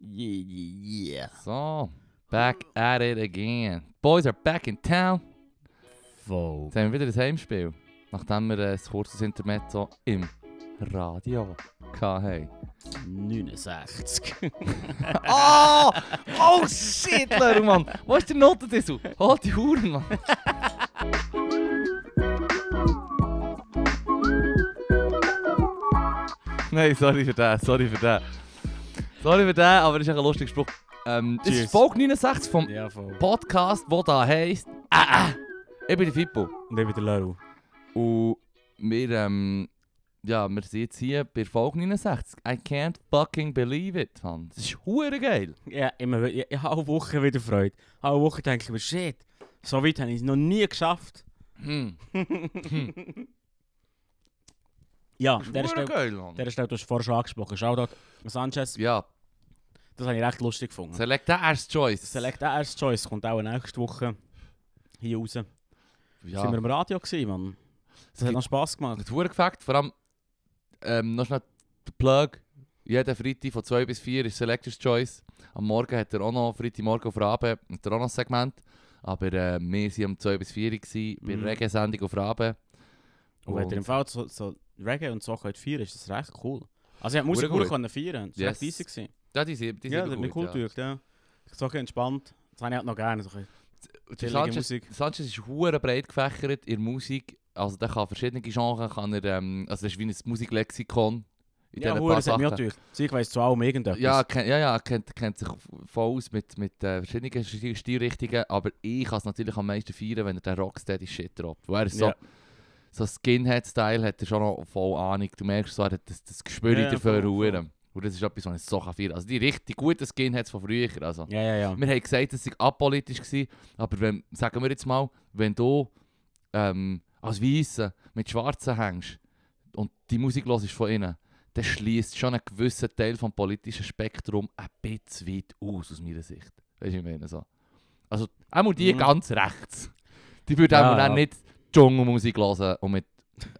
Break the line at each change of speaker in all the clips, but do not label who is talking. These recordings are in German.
Yeah, yeah, yeah.
Zo, back at it again. Boys are back in town.
Voll.
Jetzt haben wir wieder ein Heimspiel. Nachdem wir äh, ein kurzes Intermezzo im Radio hatten.
69.
Oh! Oh shit, Leru, Mann! Wo ist der Notendissel? Hol die Huren, Mann! Nein, sorry für den, sorry für den. Sorry für den, aber das ist echt ein lustiger Spruch. Ähm, das ist
Cheers.
Folge 69 vom
ja, voll.
Podcast, der da heisst. Ah, ah. Ich bin der Fippo.
Und ich bin der Leru.
Und wir, ähm, ja, wir sind jetzt hier bei Folge 69. I can't fucking believe it, Mann. Das ist hure geil.
Ja, immer, ich, ich habe alle Woche wieder Freude. Alle Woche denke ich mir, shit, so weit habe ich es noch nie geschafft.
Hm.
Ja, nou-
Das ist
der
hure
Stelle,
geil, Mann.
der Stelle, du hast vorher schon angesprochen. Shoutout an Sanchez,
Ja,
das habe ich recht lustig gefunden.
select that as choice.
Select der erste Choice kommt auch nächste Woche hier raus.
ja.
Sind wir im Radio gewesen, Mann. Das hat noch Spass gemacht.
Hat hure gefällt, vor allem ähm, noch schnell der Plug. Jeden Freitag von 2 bis 4 ist Selectors Choice. Am Morgen hat er auch noch, Freitagmorgen auf Raben, hat er auch noch ein Segment. Aber äh, wir waren um 2 bis 4 gewesen, bei
Mhm. Oh,
der Regensendung auf Raben.
Und wenn ihr im Fall so, so Reggae und so könnt feiern, ist das recht cool. Also ich musste
Hure
gut
gut.
können feiern. Das war
Yes.
recht easy. Gewesen.
Ja, die sind, die sind
Ja, das hat
gut,
mich cool
ja.
gedacht, ja. So ein bisschen entspannt. Das habe ich halt noch gerne. So ein bisschen
Der
chillige
Sanchez,
Musik.
der Sanchez ist hure breit gefächert in der Musik. Also der kann verschiedene Genres, kann er, ähm, also das ist wie ein Musiklexikon. in
Ja,
diesen
Hure,
paar
das hat mich auch
Sachen.
gedacht. Sieg weiss zu allem irgendetwas.
Ja, er kennt, ja, ja, er kennt, kennt sich voll aus mit, mit äh, verschiedenen Stil- Stilrichtungen, aber ich kann es natürlich am meisten feiern, wenn er den Rocksteady-Shit droppt. Weil er ist so,
Ja.
so Skinhead-Style hat er schon noch voll Ahnung. Du merkst, so, er hat das, das Gespür
Ja,
dafür.
voll, voll.
Voll, Und das ist etwas, was ich so kann feiern Also die richtig guten Skinheads von früher. Also.
Ja, ja, ja.
Wir haben gesagt, es sei apolitisch gewesen, aber wenn, sagen wir jetzt mal, wenn du ähm, als Weiße mit Schwarzen hängst und die Musik hörst von innen, dann schließt schon einen gewissen Teil vom politischen Spektrum ein bisschen weit aus, aus meiner Sicht. Weißt du, ich meine so. Also, einmal die
Mhm.
ganz rechts. Die würden
Ja,
auch dann
ja.
nicht Dschungelmusik hören und mit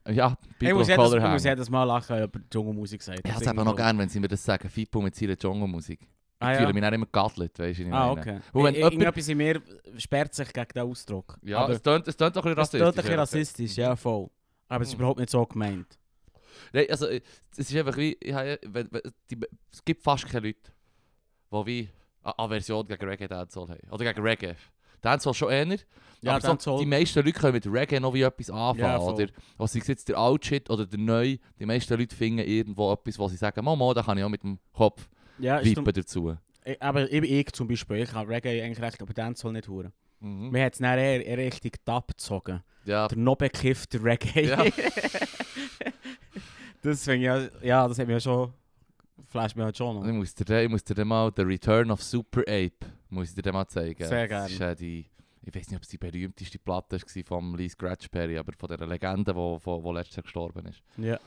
ja,
Ich
People
muss
of
jedes,
Color
ich muss
hängen.
jedes Mal lachen, wenn jemand Dschungelmusik sagt.
Ich
Das
hätte
ist
es aber noch
irgendwie
gerne, wenn sie mir das sagen, Fippo mit seiner Dschungelmusik.
so. Ah,
Ich
ja.
fühle mich dann immer gegattelt, weißt du, ich
Ah,
meine.
okay.
Und wenn
Ir-
jemand-
Irgendetwas in mir sperrt sich gegen den Ausdruck.
Ja,
aber
es tönt, es tönt doch ein
das ist
bisschen rassistisch.
deutlich
ehrlich gesagt.
rassistisch, ja, Ah, voll. Aber es
Hmm.
ist überhaupt nicht so gemeint.
Nein, also äh, es ist einfach wie, ich habe, ja- wenn, wenn, die, es gibt fast keine Leute, die wie eine Aversion gegen Reggae Dancehall haben. Oder gegen Reggae. Dancehall schon eher,
Ja,
aber so,
Dancehall-
die meisten Leute können mit Reggae noch wie etwas anfangen,
Ja, voll.
oder? Was sie jetzt der alte Shit oder der neu, die meisten Leute finden irgendwo etwas, wo sie sagen, Mama, da kann ich auch mit dem Kopf
Ja, eh, ist
wippen dazu.
Ich- Aber ich, ich zum Beispiel, ich kann Reggae eigentlich recht, aber Dancehall nicht hören.
Mhm.
Mir hat es dann eher, eher richtig Tab gezogen.
Ja,
Der noch bekiffte Reggae.
Ja.
das finde ich, ja- ja, das hat mir schon, flasht mir halt schon
ich
noch.
muss dir, dann- ich muss dir dann mal The Return of Super Ape muss ich dir dann mal zeigen.
Sehr
Das ist, äh, die, ich weiß nicht, ob es die berühmteste Platte war von Lee Scratch Perry, aber von der Legende, die wo, wo, wo letztes Jahr gestorben ist.
Ja.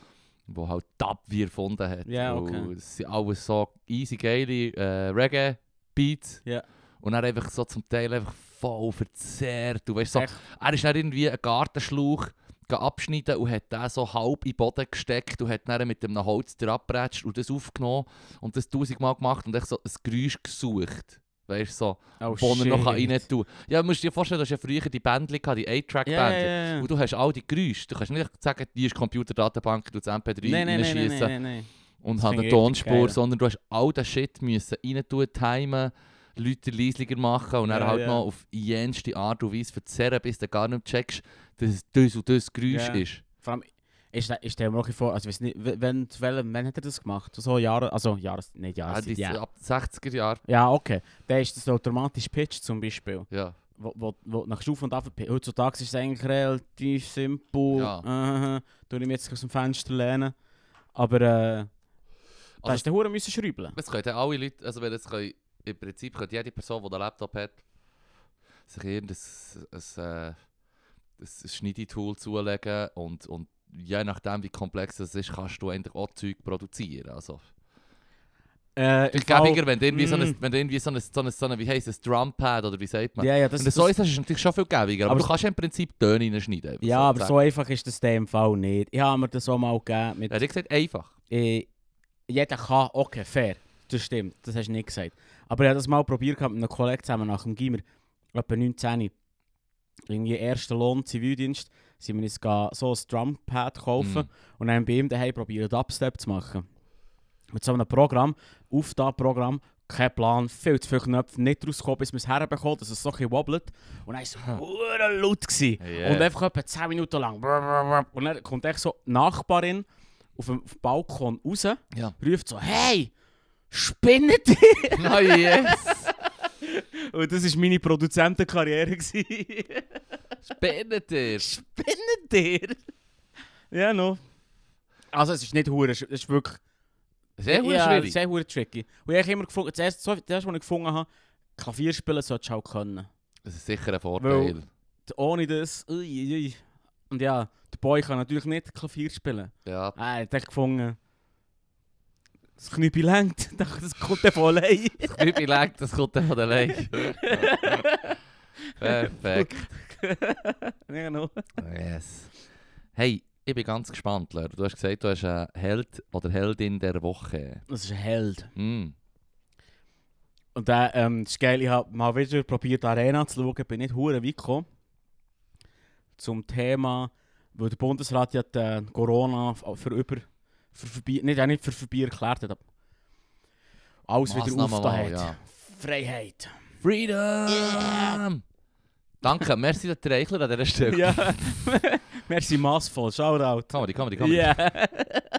Wo halt Dub wie erfunden hat.
Ja, okay.
Und Es sind alles so easy geile äh, Reggae-Beats.
Ja.
Und dann einfach so zum Teil einfach voll verzerrt. Du weißt so,
Echt?
er ist dann irgendwie einen Gartenschlauch gegangen abschneiden und hat den so halb in den Boden gesteckt und hat dann mit dem Holz abgerätscht und das aufgenommen und das tausendmal gemacht und echt so ein Geräusch gesucht. Weißt du, so,
Oh,
wo er noch
shit.
rein tun kann. Ja, du musst dir vorstellen, du hast ja früher die Bändchen gehabt, die 8-Track-Bändchen.
Ja, ja, ja, ja.
Und du hast all die Geräusche. Du kannst nicht sagen, die ist Computerdatenbank, du das MP3
Nein, nein, nein, nein,
reinschiessen
nein, nein.
und
Das finde
hat eine
ich richtig
Tonspur,
geil.
sondern du hast all den Shit müssen rein tun, timen, Leute leislicher machen und dann
Ja,
halt
ja.
noch auf jenste Art und Weise verzerren, bis du gar nicht checkst, dass es das und das Geräusch
Ja.
ist.
Vor allem, ich, ste- ich stelle mir auch vor, also ich weiß nicht, w- wenn, zu welchem, wann hat er das gemacht? So Jahre, also Jahre, nicht
Ja,
Jahre,
Ah, die-
ja.
Ab den 60er Jahren.
ja, okay. Dann ist das automatisch dus Pitch zum Beispiel,
Ja.
wo, wo, wo nach Stufe und Tafel Heutzutage ist es eigentlich relativ simpel. Ja. Äh, tue ich mich jetzt aus dem Fenster lehnen. Aber äh, da
Also-
ist der Huren müssen schrübeln.
Es können alle Leute, also wenn es können, im Prinzip könnte jede Person, die einen Laptop hat, sich irgendein ein, äh, ein Schneidetool zulegen und, und je nachdem wie komplex das ist, kannst du eigentlich auch Zeug produzieren. Also,
Äh, im
Viel
Fall-
gäbiger, wenn du irgendwie, so, ein,
Mm.
wenn du irgendwie so, ein, so, ein, so ein, wie heisst es, Drumpad oder wie sagt man?
Ja, dus ja, das,
Wenn du
das,
so eins hast, ist es natürlich schon viel gäbiger, aber,
Aber
du kannst ja im Prinzip Töne reinschneiden. einfach
ja, aber so
sozusagen.
einfach ist das in dem Fall nicht. Ich habe mir das auch mal gegeben mit,
Ja, ich gesagt, einfach.
äh, jeder kann, okay, fair. Das stimmt, das hast du nicht gesagt. Aber ich habe das mal probiert gehabt mit einem Kollegen zusammen nach dem Gimmer, etwa 19. Irgendwie ersten Lohn Zivildienst, sind wir uns ga- so ein Drumpad kaufen
Mhm.
und dann haben bei ihm daheim probiert, Dubstep zu machen. Mit so einem Programm, auf das Programm, kein Plan, viel zu viele Knöpfe, nicht rausgekommen, bis wir es herbekommen, dass es so ein bisschen wobbelt. Und dann war es verdammt laut. gewesen.
Yeah.
Und einfach etwa 10 Minuten lang. Und dann kommt echt so die Nachbarin auf dem auf dem Balkon raus,
Ja.
ruft so, «Hey, spinnet ihr?»
Oh yes!
Und das war meine Produzentenkarriere. gewesen.
Spendet ihr!
Spinnet ihr? Ja, no. Also es ist nicht hure, es ist wirklich
Sehr gut,
ja,
schwierig.
sehr hure tricky. Und ich habe immer gefunden, das erste, so- das erste, was ich gefunden habe, Klavier spielen solltest du auch können.
Das ist sicher ein Vorteil.
D- Ohne das, ui, ui. ui. Und ja, der Boy kann natürlich nicht Klavier spielen.
Ja.
Ah, ich habe gefunden, das Knüppel lenkt, Ich dachte, das kommt dann von allein.
Nicht mein Leg, das kommt dann von der Leg. Perfekt.
ja, no.
Yes. Hey, ich bin ganz gespannt, Lör. Du hast gesagt, du hast einen Held oder Heldin der Woche.
Das ist ein Held.
Mm.
Und dann, ähm, das ist geil, ich habe mal wieder probiert, Arena zu schauen, bin nicht hure weit gekommen. Zum Thema, weil der Bundesrat ja die, äh, Corona f- für über, für vorbei, nicht, auch nicht für vorbei erklärt hat, aber alles wieder
Massnahmen
aufgetan
mal,
hat.
ja.
Freiheit.
Freedom! Danke, merci der Treichler an dieser Stelle.
ja. Merci massvoll, Shoutout.
Comedy, Comedy, Comedy.
Ja.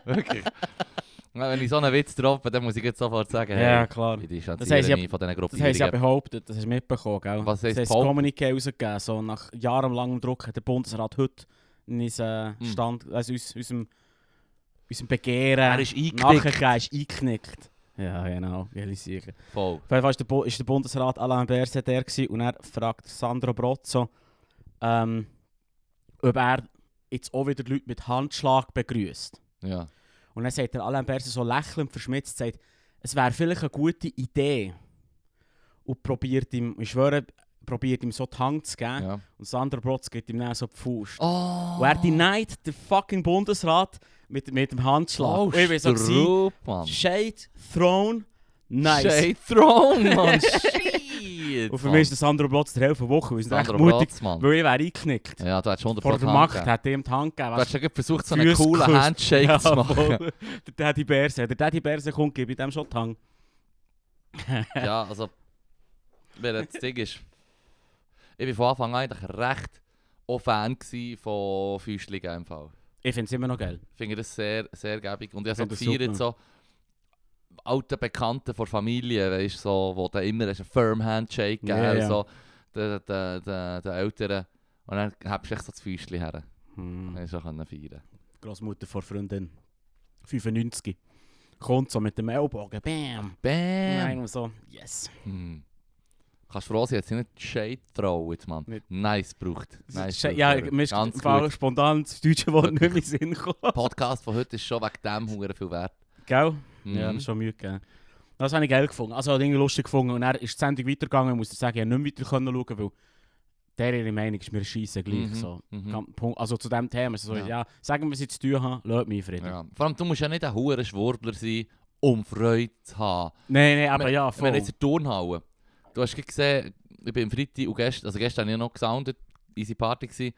Wirklich. Ja, Wenn ich so einen Witz droppe, dann muss ich jetzt sofort sagen,
ja,
hey,
klar.
ich distanziere
Das heisst ja-
mich von diesen
Das haben sie ja
Gruppierungen.
behauptet, das hast du mitbekommen, gell?
Was heisst
das
behauptet?
Kommuniqué rausgegeben, so nach jahrelangen Druck hat der Bundesrat heute in unseren
Hm.
Stand, also uns, unserem, unserem Begehren
Er ist eingeknickt.
nachgegeben, ist einknickt. Ja, genau, will ich sicher.
Voll.
Auf jeden Fall ist der, Bu- ist der Bundesrat Alain Berset der gewesen und er fragt Sandro Brozzo, ähm, ob er jetzt auch wieder die Leute mit Handschlag begrüßt.
Ja.
Und dann sagt der Alain Berset so lächelnd verschmitzt, sagt, es wäre vielleicht eine gute Idee. Und probiert ihm, ich schwöre, probiert ihm so die Hand zu geben.
ja.
Und Sandra Brotz gibt ihm dann so die Faust.
Oh!
Und er denied den fucking Bundesrat mit, mit dem Handschlag.
Oh,
und ich bin so gewesen,
Strupp, Mann.
Shade, Throne, nice.
Shade Throne, Mann. Shit.
Und für mich ist der Sandro Brotz der Hälfte der Woche, weil es echt
Sandro
mutig
Bratz, Mann.
weil ich wäre eingeknickt.
Ja, du hättest 100%
Vor der
Hand
Macht
gegeben.
hat ihm die Hand gegeben.
Du
weisst
hättest
du.
ja gerade versucht, so einen
Füße
coolen
geküsst.
Handshake
Ja,
zu machen.
voll. Der Daddy Bärse, der Daddy Bärse kommt, gebe ich dem schon die Hand.
Ja, also, wenn das Ding ist. Ich war von Anfang an eigentlich recht auch Fan gewesen von Füßlingen im Fall.
Ich finde es immer noch geil.
Ich finde das sehr, sehr gäbig. Und ich habe so
Ja, das ist
gefeiert,
super.
so alte Bekannte von Familie, weißt du, so, wo da immer hast du einen Firm Handshake gegeben
Ja, ja.
so, den, den, den, den Älteren. Und dann hast du echt so das Füßchen her.
Hm.
Dann hast du auch können feiern.
Großmutter vor Freundin. 95. Kommt so mit dem Ellbogen. Bam.
Bam!
Nein, und so. Yes.
Hm. Kannst froh sein, jetzt nicht Shade getraut, Mann.
Nicht.
Nice braucht. Nice
Sche-
braucht
ja,
er.
mir ist
Ganz
im Fall
gut.
spontan das deutsche Wort nicht mehr in den Sinn gekommen.
Podcast von heute ist schon wegen dem Hunger viel wert.
Gell?
Mhm.
Ja, das ist schon Mühe gegeben. Das habe ich geil gefunden. Also habe ich irgendwie lustig gefunden. Und er ist die Sendung weitergegangen. Ich muss dir sagen, ich habe nicht mehr weiter schauen können, weil der ihre Meinung ist mir scheisse gleich.
Mhm,
So.
mhm.
Ganz Punkt. Also zu dem Thema. Also, so,
Ja.
ja. sagen wir, was ich zu tun habe, lasst mich in Frieden.
Ja. Vor allem, du musst ja nicht ein hoher Schwurbler sein, um Freude zu haben.
Nein, nein, aber
Wir-
ja,
Ich meine,
voll.
jetzt in der Turnhalle. Du hast gerade gesehen, ich bin am Freitag und gestern, also gestern habe ich noch gesoundet, easy Party gewesen.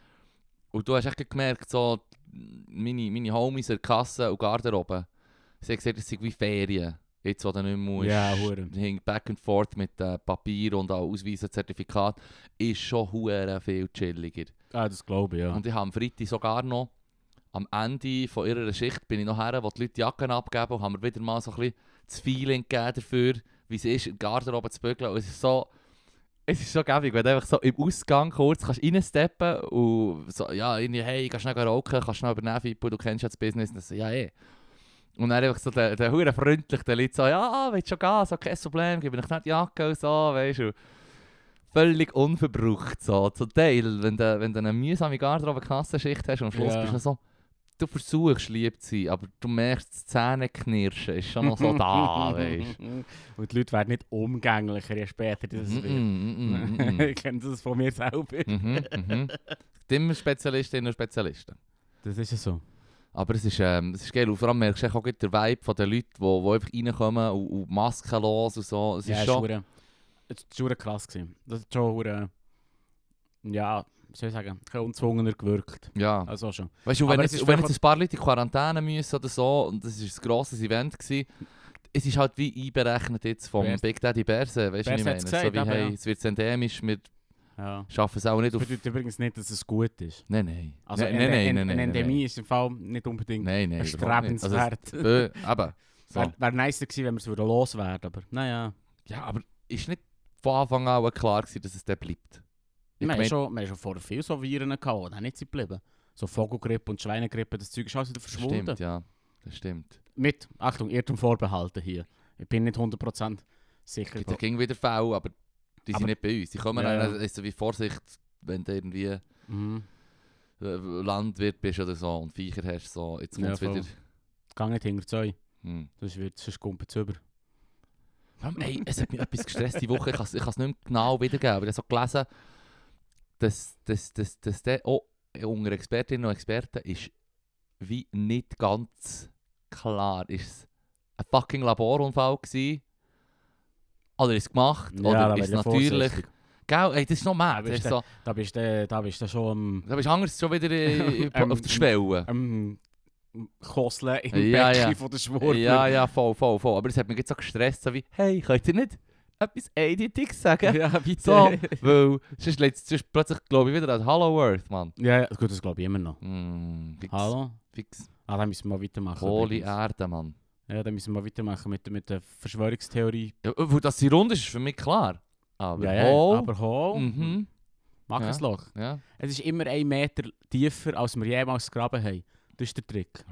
Und du hast echt gemerkt, so, meine, meine Homies in der Kasse und Garderobe, sie haben gesagt, es sind wie Ferien. Jetzt, wo du nicht mehr musst,
Ja, hure.
hing back and forth mit äh, Papier und auch Ausweisen, Zertifikat, ist schon hure viel chilliger.
Ah, das glaube ich, ja.
Und ich habe am Freitag sogar noch, am Ende von ihrer Schicht, bin ich noch her, wo die Leute die Jacken abgeben und haben mir wieder mal so ein bisschen das Feeling gegeben dafür, wie es ist, in die Garderobe zu bügeln. Und es ist so, es ist so gäbig, wenn du einfach so im Ausgang kurz kannst reinsteppen und so, ja, irgendwie, hey, kannst schnell rauchen, kannst schnell übernehmen, Fippo, du kennst ja das Business. Und dann so, ja, eh. Und dann einfach so der, der hure freundlich, der Leute so, ja, ah, willst schon gehen, so, kein Problem, gib mir nicht die Jacke und so, weißt du. Völlig unverbraucht, so. Zum Teil, wenn du, wenn du eine mühsame Garderobe-Kassenschicht hast und am Schluss
Ja.
bist du so, du versuchst lieb zu sein, aber du merkst, das Zähneknirschen ist schon noch so da, weißt du.
Und die Leute werden nicht umgänglicher, je später das
Mm,
wird.
mm, mm, mm, mm.
ich kenne das von mir selber.
mhm, mhm. Immer Spezialistinnen und Spezialisten.
Das ist ja so.
Aber es ist, ähm, es ist geil. Und vor allem merkst du auch gleich den Vibe der Leute, die, die einfach reinkommen und, und Masken los und so. Es
ja,
ist
es
schon...
war schon krass. Gewesen. Das hat schon, hure, ja, wie soll ich sagen, ein bisschen unzwungener gewirkt.
Ja.
Also schon.
Weißt du, und
Aber
wenn,
es
jetzt,
ist
und wenn
vielleicht
jetzt ein paar Leute in Quarantäne müssen oder so, und das war ein grosses Event, gewesen, es ist halt wie einberechnet jetzt vom
Bers-
Big Daddy Berse, weißt du,
Berse
was ich meine?
hat's gesagt,
so wie,
aber
hey,
ja.
es wird endemisch, wir
Ja.
schaffen es auch nicht
Das
auf...
bedeutet übrigens nicht, dass es gut ist.
Nein, nein.
Also
nein,
eine,
nein, nein,
eine,
nein,
eine
nein,
Endemie ist im Fall nicht unbedingt
Nein, nein, überhaupt nicht. Also,
erstrebenswert.
es- bö, eben. So.
Wäre wär nicer gewesen, wenn wir es würden loswerden aber naja.
Ja, aber ist nicht von Anfang an auch klar gewesen, dass es der bleibt?
Wir haben
meine-
schon, wir haben schon vorher viele so Viren gehabt, die dann nicht sind geblieben. So Vogelgrippe und Schweinegrippe, das Zeug ist alles wieder
das
verschwunden.
stimmt, ja. Das stimmt.
Mit, Achtung, Irrtum vorbehalten hier. Ich bin nicht 100% sicher.
Da ging wieder Fälle, aber die
Aber-
sind nicht bei uns. Die kommen
Ja, ja.
dann, also, also wie Vorsicht, wenn du irgendwie äh,
Mhm.
Landwirt bist oder so und Viecher hast, so, jetzt
Ja,
kommt es
voll.
wieder.
Geh nicht hinter zwei,
Hm.
sonst wird es kumpelt über.
Warum, ey, es hat mich etwas gestresst die Woche, ich kann es nicht mehr genau wiedergeben, aber ich habe so gelesen, dass, dass, dass, dass der auch unter Expertinnen und Experten ist wie nicht ganz klar. Ist es ein fucking Laborunfall gewesen? Oder ist es gemacht?
da
oder
wär
ist es
ich
natürlich...
vorsichtig.
Gell, ey, das ist noch mad.
Aber
Das
ist
ist so,
Da bist du da bist du schon am,
da bist du anders schon wieder äh,
Ähm,
auf der Schwelle.
am Kosseln im
Ja,
Becken
ja.
von der Schwurbel.
Ja, ja, voll, voll, voll. Aber es hat mich jetzt so gestresst, so wie, hey, könnt ihr nicht etwas eindeutiges sagen?
ja, bitte.
So, weil sonst, letzt, sonst plötzlich glaube ich wieder an Hello Earth, Mann.
Ja, ja, gut, das glaube ich immer noch.
Mm, fix,
Hallo?
fix.
Ah, dann müssen wir mal weitermachen.
Holy
übrigens.
Erde, Mann.
Ja, dann müssen wir mal weitermachen mit, mit der Verschwörungstheorie.
Ja, weil das die Runde ist, ist für mich klar. Aber
ja, Mm. ja,
oh,
aber ho,
mhm,
mach
Ja.
ein Loch.
ja.
Es ist immer ein Meter tiefer, als wir jemals gegraben haben. Das ist der Trick.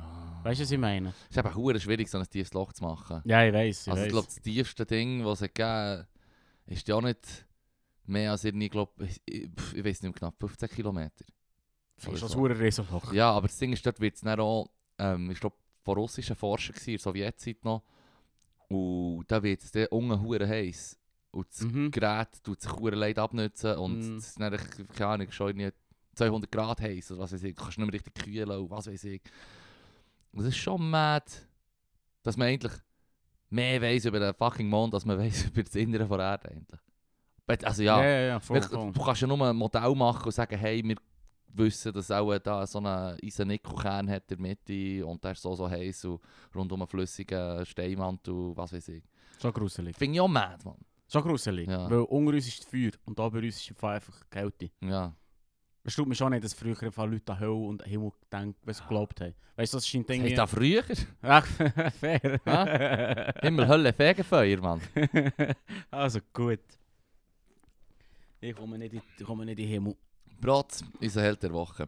Weißt du, was ich meine?
Es ist eben hure schwierig, so ein tiefes Loch zu machen.
Ja, ich weiß. Ich
also ich
weiss.
glaube, das tiefste Ding, was eh, es gegeben hat, ist ja auch nicht mehr als irgendwie, glaub, ich, ich, ich weiß nicht mehr genau, 15 Kilometer.
das ist schon ein verdammtes Riesenloch.
Ja, aber das Ding ist, dort wird es dann auch, ähm, ich glaube, von russischen Forschern gewesen, in der Sowjetzeit noch. Und da wird es dann unten hure heiß. Und das
Mhm.
Gerät tut sich hure leid abnutzen und
Mm.
es ist dann, echt, keine Ahnung, schon irgendwie 200 Grad heiß oder was weiß ich. Du kannst nicht mehr richtig kühlen und was weiß ich. Und es ist schon mad, dass man eigentlich mehr weiß über den fucking Mond, als man weiß über das Innere der Erde eigentlich. Aber- Also ja.
ja, ja, ja, voll,
Wirklich,
voll.
Du kannst ja nur ein Modell machen und sagen, hey, wir wissen, dass auch da so einen eisen Nickelkern hat in der Mitte und der ist so, so heiß und rund um einen flüssigen Steinmantel, und was weiß ich.
Schon gruselig.
Finde ich auch mad, Mann.
Schon gruselig.
Ja.
Weil unter uns ist das Feuer und ober uns ist im Fall einfach Kälte.
Ja.
Es tut mir schon nicht, dass früher im Fall Leute an Hölle und an Himmel gedacht, was sie geglaubt haben. Weißt du, das scheint
Ist
irgendwie...
das früher?
Ach, fair.
Himmel, Hölle, Fegefeuer, Mann.
also gut. Ich komme nicht in, ich komme nicht in den Himmel.
Brot, unser Held der Woche.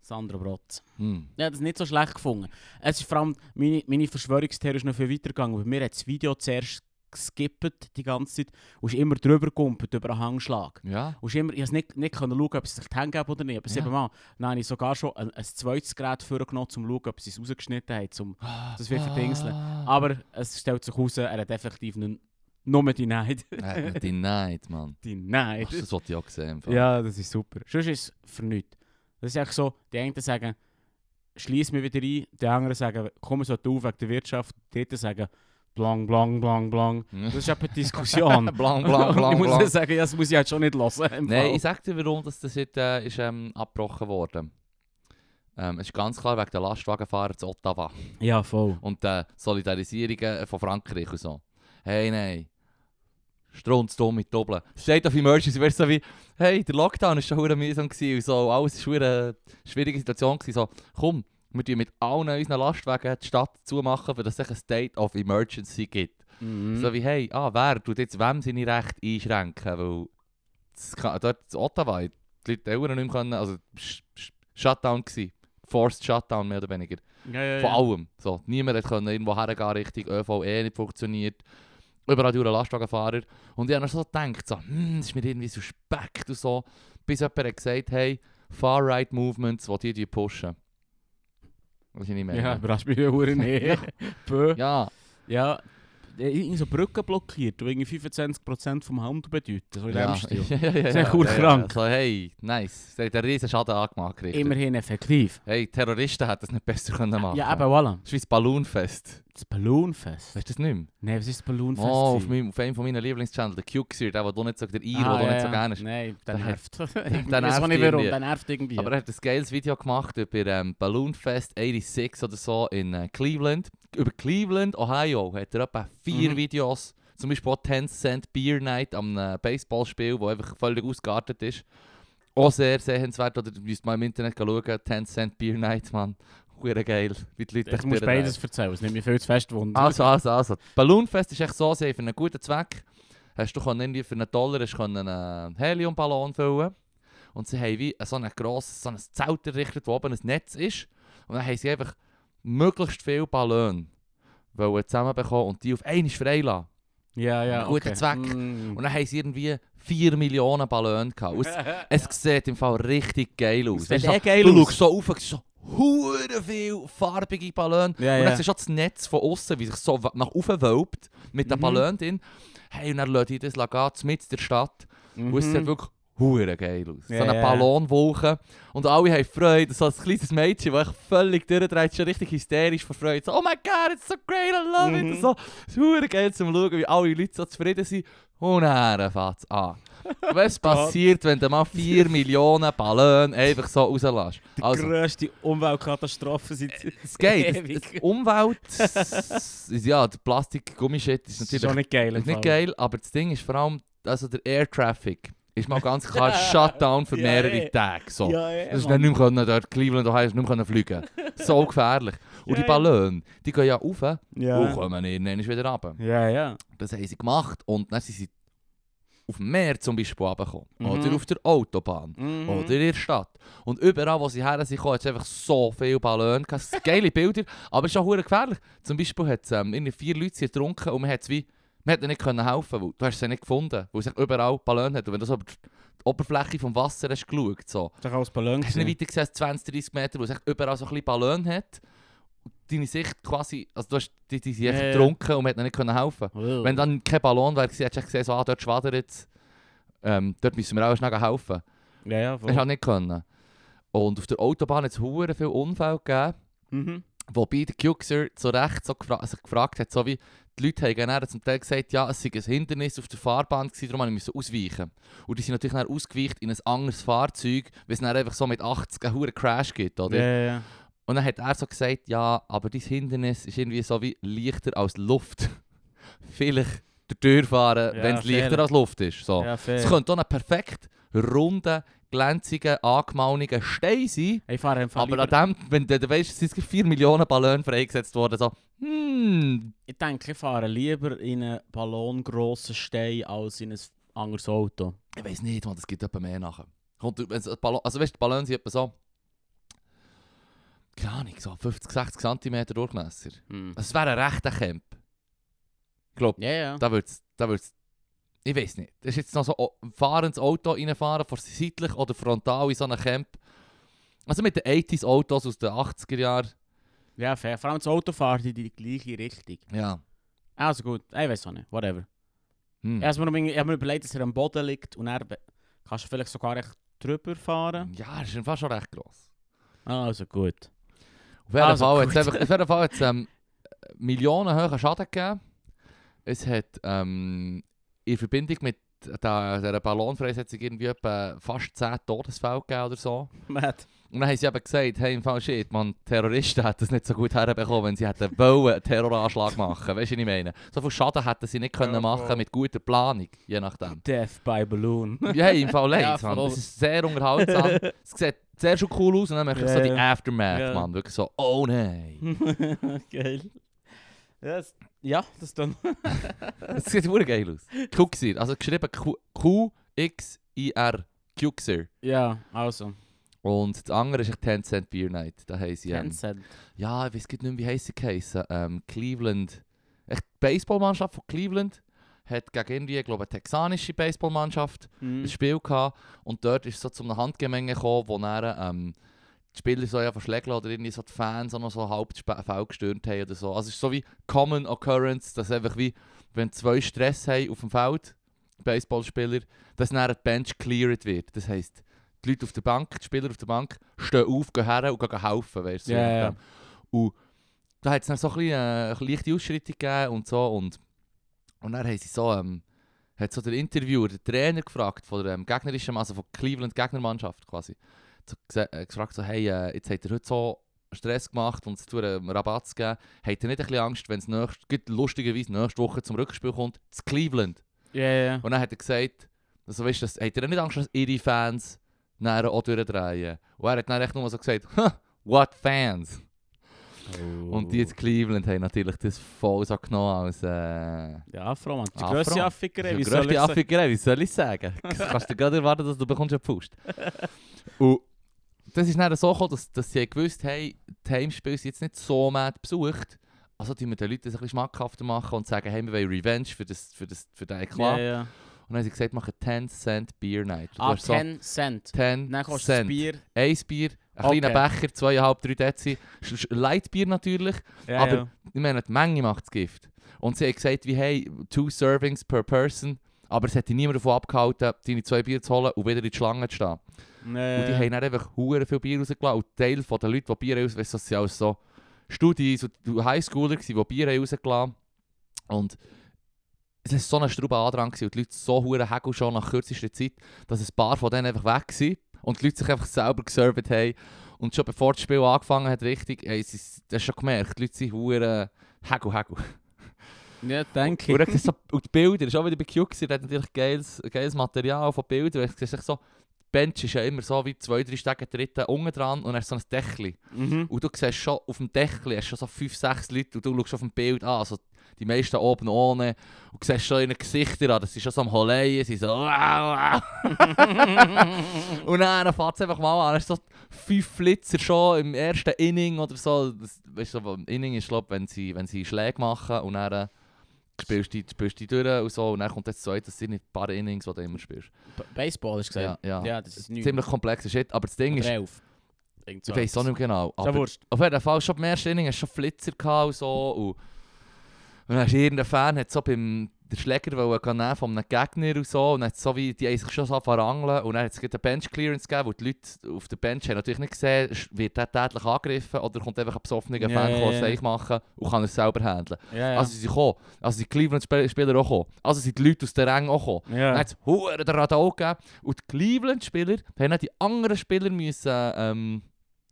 Sandra Brotz.
Hm.
Ich habe das nicht so schlecht gefunden. Es ist vor allem, meine, meine Verschwörungstheorie ist noch viel weitergegangen. Bei mir hat das Video zuerst geskippt die ganze Zeit und ist immer drüber gekumpelt, über einen Hangschlag.
Ja.
Und ist immer, ich konnte nicht, nicht können schauen, ob es sich die Hände geben oder nicht. Aber
Ja.
sieben Mal. Dann habe ich sogar schon ein, ein zweites Gerät vorgenommen, um zu schauen, ob sie es rausgeschnitten haben. Um das wird verdingseln.
Ah.
Aber es stellt sich heraus, er hat effektiv nun- nur die Neid.
Er hat nicht denied, Mann.
die
Ach,
Neid.
das wollte ich auch sehen. im Fall.
Ja, das ist super. Sonst ist es für nichts. Das ist echt so, die einen sagen, schließ mich wieder ein, die anderen sagen, komm es auf wegen der Wirtschaft, die dritten sagen, blang, blang, blang, blang. Das ist etwa die Diskussion.
Blank, blank,
Und
blank,
ich muss
blank.
ja sagen, ja, das muss ich jetzt schon nicht hören. im Fall.
Nein, ich sag dir, warum dass das jetzt, äh, ist, ähm, abgebrochen wurde. Ähm, es ist ganz klar wegen der Lastwagenfahrer zu Ottawa
ja, voll.
und der Solidarisierungen äh, von Frankreich und so. Hey, nein. Strunz dumm mit Doppeln. State of Emergency wäre so wie, hey, der Lockdown war schon verdammt mühsam gewesen und so. Alles war eine schwierige Situation. Gewesen. So, komm, wir tun mit allen unseren Lastwagen die Stadt zumachen, damit es sich ein State of Emergency gibt.
Mhm.
So wie, hey, ah, wer tut jetzt wem seine Rechte einschränken? Weil das kann, dort in Ottawa, die Leute Eltern nicht mehr können, also Sch- Sch- Shutdown gsi Forced Shutdown, mehr oder weniger.
ja, ja,
Von
ja.
allem. So, niemand hat können irgendwo hergehen, richtig, ÖVE nicht funktioniert. Überall durch Lastwagenfahrer. Und ich habe noch so gedacht, so, hm, das ist mir irgendwie suspekt und so. Bis jemand hat gesagt, hey, Far-Right-Movements, die die pushen. Was ich nicht
Ja,
mehr.
überrascht mich ja hure nicht. Bö.
ja.
Ja, äh, irgendwie so Brücken blockiert, die irgendwie 25% vom Handel bedeuten. So in dem Stil.
ja, ja,
Sehr gut krank.
So, hey, nice. Sie hat einen riesen Schaden angemacht. gekriegt.
Immerhin effektiv.
Hey, Terroristen hätten es nicht besser können machen
Ja, eben, voilà.
Das ist wie das Ballonfest.
Das Balloonfest.
Weißt du das nicht mehr?
Nein, was ist das Balloonfest?
Oh, auf,
gewesen?
meinem, auf einem von meinen Lieblingschannels, der Q-Xir, der, der nicht so, der Iro,
Ah,
der
ja,
nicht so
ja.
gerne ist.
Nein, der
Der
nervt. Ich
der
weiß auch nicht
nervt
warum,
irgendwie.
der nervt irgendwie.
Aber er hat ein geiles Video gemacht über ähm, Balloonfest 86 oder so in äh, Cleveland. Über Cleveland, Ohio, hat er etwa vier
Mhm.
Videos. Zum Beispiel auch 10 Cent Beer Night am äh, Baseballspiel, wo einfach völlig ausgeartet ist. Auch sehr sehenswert, oder du müsst mal im Internet schauen, 10 Cent Beer Night, Mann. Hure geil, wie die Leute
ich
echt Ah,
muss
durchdrehen.
beides erzählen, es nimmt mich viel zu fest Wunder.
Also, also, also. Balloonfest ist echt so, sie haben für einen guten Zweck. Hast du können irgendwie für einen Dollar hast du können einen Heliumballon füllen Und sie haben wie so ein grosses so ein Zelt errichtet, wo oben ein Netz ist. Und dann haben sie einfach möglichst viele Ballone wollen zusammenbekommen und die auf einmal freilassen.
ja, ja,
Ein guter
okay.
Zweck.
Mm.
Und dann haben sie irgendwie 4 Millionen Ballone gehabt. Und es- Es sieht im Fall richtig geil aus.
Es
Weisst
sieht
du,
eh geil
du
aus.
schaust so auf und siehst so hure viel farbige Ballon.
Ja,
und dann
ja.
siehst du auch das Netz von außen, wie sich so wa- nach oben wölbt mit den
Mhm.
Ballon drin. Hey, und dann lässt ich das gehen, mitten der Stadt. Und es sieht
Mhm.
wirklich hure geil aus.
Ja,
so eine
ja.
Ballonwolke. Und alle haben Freude. So ein kleines Mädchen, das echt völlig durchdreht, schon richtig hysterisch vor Freude. So, oh my god, it's so great, I love it.
Mhm.
Und so, es ist hure geil zum Schauen, wie alle Leute so zufrieden sind. Und dann fängt es an. Was passiert, wenn du mal 4 Millionen Ballon einfach so rauslässt?
Die
Also,
grösste Umweltkatastrophe seit
es geht.
ewig.
Das, das Umwelt, ja, der Plastik-Gummischett ist
Das
natürlich
ist auch nicht geil. im
ist nicht
Fall.
geil, aber das Ding ist vor allem, also der Air Traffic ist mal ganz klar Shutdown für
Ja,
mehrere
eh.
Tage. So.
Ja, ja,
das ist
Mann.
dann nicht mehr können, dort Cleveland, Ohio, ist nicht mehr können fliegen. So gefährlich. Und
Ja,
die
ja.
Ballone, die gehen ja rauf und
Ja,
kommen irgendwann wieder runter.
ja. ja.
Das haben sie gemacht und dann sind sie auf dem Meer zum Beispiel runtergekommen.
Mhm.
Oder auf der Autobahn.
Mhm.
Oder in der Stadt. Und überall, wo sie her sind, hat es einfach so viele Ballone gehabt. Es sind Geile Bilder, aber es ist auch verdammt gefährlich. Zum Beispiel hat es ähm, irgendwie vier Leute sind getrunken und man hat wie, man hat ihnen nicht können helfen, weil du hast sie nicht gefunden, weil sie überall Ballone hat. Und wenn du so über die Oberfläche vom Wasser hast geschaut, so,
Das ist alles Ballon.
hast du nicht weiter gesehen als 20, 30 Meter, wo es echt überall so ein bisschen Ballon hat. Und deine Sicht quasi, also du hast die, die sind echt
Ja, ja.
getrunken und man hat ihnen nicht können helfen. Wenn dann kein Ballon wäre, gewesen, hättest du echt gesehen, so, ah, dort schwadert es. Ähm, dort müssen wir auch schnell helfen.
Ja, ja, voll.
Ich konnte nicht. Können. Und auf der Autobahn hat es hure viele Unfälle gegeben, Oh,
Mhm.
wobei der Juxer zu Recht so gefra sich gefragt hat, so wie die Leute haben dann zum Teil gesagt, ja, es sei ein Hindernis auf der Fahrbahn gewesen, darum musste ich ausweichen. Und die sind natürlich dann ausgeweicht in ein anderes Fahrzeug, weil es dann einfach so mit 80 einen hohen Crash gibt,
Ja,
oder?
ja, ja.
Und dann hat er so gesagt, ja, aber dein Hindernis ist irgendwie so wie leichter als Luft. Vielleicht der Tür fahren,
Ja,
wenn es leichter
fair.
als Luft ist, so.
Ja, fair.
Es könnte auch ein perfekt runder, glänziger, angemauniger Stein sein.
Ich fahre einfach
Aber
lieber-
an dem, wenn du, du weißt, es sind 4 Millionen Ballone freigesetzt worden, so, hm,
Ich denke, ich fahre lieber in einen ballongrossen Stein als in ein anderes Auto.
ich weiß nicht, man, es gibt etwa mehr nachher. Kommt, wenn es ein Ballon, also weißt du, die Ballone sind etwa so, keine Ahnung, so 50, 60 cm Durchmesser. Also
Hm.
Es wäre ein rechter Camp. Ich glaube,
Ja, ja.
da würde es, da würd's, ich weiß nicht. Das ist jetzt noch so o- ein fahrendes Auto reinfahren, vor seitlich oder frontal in so einem Camp. Also mit den 80s Autos aus den 80er Jahren.
Ja, fair. Vor allem das Auto fährt in die gleiche Richtung.
Ja.
Also gut, ich weiß auch nicht, whatever.
Hm.
Ich habe mir, noch irgendwie- ich hab mir überlegt, dass er am Boden liegt und er kannst du vielleicht sogar echt drüber fahren.
Ja, das ist fast schon recht gross.
Also gut.
Auf jeden
Also gut.
Fall hat es einfach, auf jeden Fall hat's, ähm, millionenhohen Schaden gegeben. Es hat ähm, in Verbindung mit der, der Ballonfreisetzung irgendwie etwa fast 10 Todesfälle gegeben oder so.
Matt.
Und dann haben sie eben gesagt, hey, im Fall shit, man, Terroristen hätten es nicht so gut herbekommen, wenn sie hätten wollen, einen Terroranschlag machen. Weißt du, was ich meine? So viel Schaden hätten sie nicht können
Ja, voll.
machen mit guter Planung, je nachdem.
Death by Balloon.
Ja, hey, im Fall leid,
Ja,
Mann.
voll.
Es ist sehr unterhaltsam. es sieht sehr schon cool aus und dann merke ich
Ja,
so die
ja.
Aftermath,
Ja.
Mann. Wirklich so, oh nein.
Geil. Ja, das, ja, das ist dann.
Es sieht wirklich geil aus. Kuxir, also geschrieben Q- Q-X-I-R, Kuxir.
Ja, also.
Und das andere ist echt Tencent Beer Night. Da haben sie... Ähm,
Tencent.
Ja, ich weiß nicht mehr, wie heisst sie geheissen. Ähm, Cleveland. Echt, die Baseballmannschaft von Cleveland hat gegen irgendwie, ich glaube eine texanische Baseballmannschaft
Mhm.
ein Spiel gehabt. Und dort ist es so zu einem Handgemenge gekommen, wo dann ähm, die Spieler so ja verschlägt oder irgendwie so die Fans auch noch so halb das Sp- Feld gestürmt haben oder so. Also es ist so wie Common Occurrence, dass einfach wie, wenn zwei Stress haben auf dem Feld, Baseballspieler, dass dann die Bench cleared wird. Das heisst, die Leute auf der Bank, die Spieler auf der Bank, stehen auf, gehen her und gehen helfen, weißt du. so
Ja,
nach
ja.
dem. Und da hat es dann so ein bisschen, äh, eine leichte Ausschreitung gegeben und so und, und dann haben sie so, ähm, hat so der Interviewer, der Trainer gefragt von der ähm, gegnerischen, also von Cleveland Gegnermannschaft quasi, so, gese- äh, gefragt so, hey, äh, jetzt habt ihr heute so Stress gemacht und es zu einem Rabatt zu geben, habt ihr nicht ein bisschen Angst, wenn es nächst- gut, lustigerweise nächste Woche zum Rückspiel kommt, zu Cleveland?
Ja, ja.
Und dann hat er gesagt, also weißt du, das- habt ihr nicht Angst, dass ihre Fans nachher auch durchdrehen? Und er hat dann echt nur so gesagt, «Ha, what fans? Und die jetzt Cleveland haben natürlich das voll so genommen als... Äh,
Der Afro, Mann. Die
Afro.
grösste
das
Afficker,
ist
wie
die
soll ich
grösste
sagen?
Affigerei, wie soll ich sagen? Das kannst du gerade erwarten, dass du bekommst einen Pust. Und das ist dann so gekommen, dass, dass sie gewusst haben, hey, die Heimspiele sind jetzt nicht so mad besucht. Also die wir den Leuten das ein bisschen schmackhafter machen und sagen, hey, wir wollen Revenge für, das, für, das, für den Eklat.
Ja, ja.
Und dann haben sie gesagt, machen 10 Cent Beer Night. Du
Ah,
hast so
10 Cent.
10
Dann kostet das
Cent.
Bier.
Ein Bier, ein
Okay.
kleiner Becher, 2,5, 3 Dezi. Sch- sch- Lightbier natürlich.
Ja,
Aber-
ja.
Ich meine, die Menge macht das Gift. Und sie haben gesagt, wie hey, two servings per person. Aber es hat dich niemand davon abgehalten, deine zwei Bier zu holen und wieder in die Schlange zu stehen.
Ja,
Und die
ja.
haben dann einfach hure viel Bier rausgelassen. Und Teil von den Leuten, die Bier raus, weißt du, das sind alles so Studis und Highschooler, gewesen, die Bier haben rausgelassen haben. Und es war so ein strauber Andrang gewesen und die Leute so hure Hegel schon nach kürzester Zeit, dass ein paar von denen einfach weg waren und die Leute sich einfach selber geservt haben. Und schon bevor das Spiel angefangen hat, richtig, ey, sie, das hast du schon gemerkt, die Leute sind hure Hegel, Hegel.
Ja, danke.
Und, dann siehst du so, und die Bilder, ist auch wieder bei Q gewesen, der hat natürlich geiles, geiles Material von Bildern. Und dann siehst du so, die Bench ist ja immer so wie zwei, drei Stege dritte unten dran und dann ist so ein Dächli.
Mhm.
Und du siehst schon auf dem Dächli, hast schon so fünf, sechs Leute und du schaust auf dem Bild an, also die meisten oben ohne. Und du siehst schon ihre Gesichter an, das ist schon so am Holeien, sie so wow, wow. Und dann fährt es einfach mal an, hast so fünf Flitzer schon im ersten Inning oder so. Das, weißt du, im Inning ist glaube wenn sie, wenn sie Schläge machen und dann... äh, Spielst du spielst die durch und so, und dann kommt jetzt so das sind nicht ein paar Innings, die du immer spielst.
B- Baseball hast du
Ja,
gesagt.
ja.
Ja, das ist nichts.
Ziemlich komplexer Shit, aber das Ding ist,
Elf.
ich weiß auch nicht mehr genau.
Ja,
Aber
wurscht.
auf jeden Fall, schon beim ersten Inning hast du schon Flitzer gehabt und so. Und, und dann ist irgendein Fan hat so beim der Schläger wollte gehen nehmen von einem Gegner und so. Und dann hat so wie, die haben sich schon so verangeln. Und dann hat es gerade eine Bench-Clearance gegeben, wo die Leute auf der Bench haben natürlich nicht gesehen, sch- wird der tätlich angegriffen oder kommt einfach ein besoffener
Ja,
Fan,
ja,
der es
ja.
eigentlich machen und kann es selber handeln.
Ja, ja.
Also sie sind gekommen. Also sind die Cleveland-Spieler auch gekommen. Also sind die Leute aus der Ränge auch gekommen. Dann
ja.
hat es verdammt den Radau gegeben. Und die Cleveland-Spieler haben dann die anderen Spieler müssen, ähm,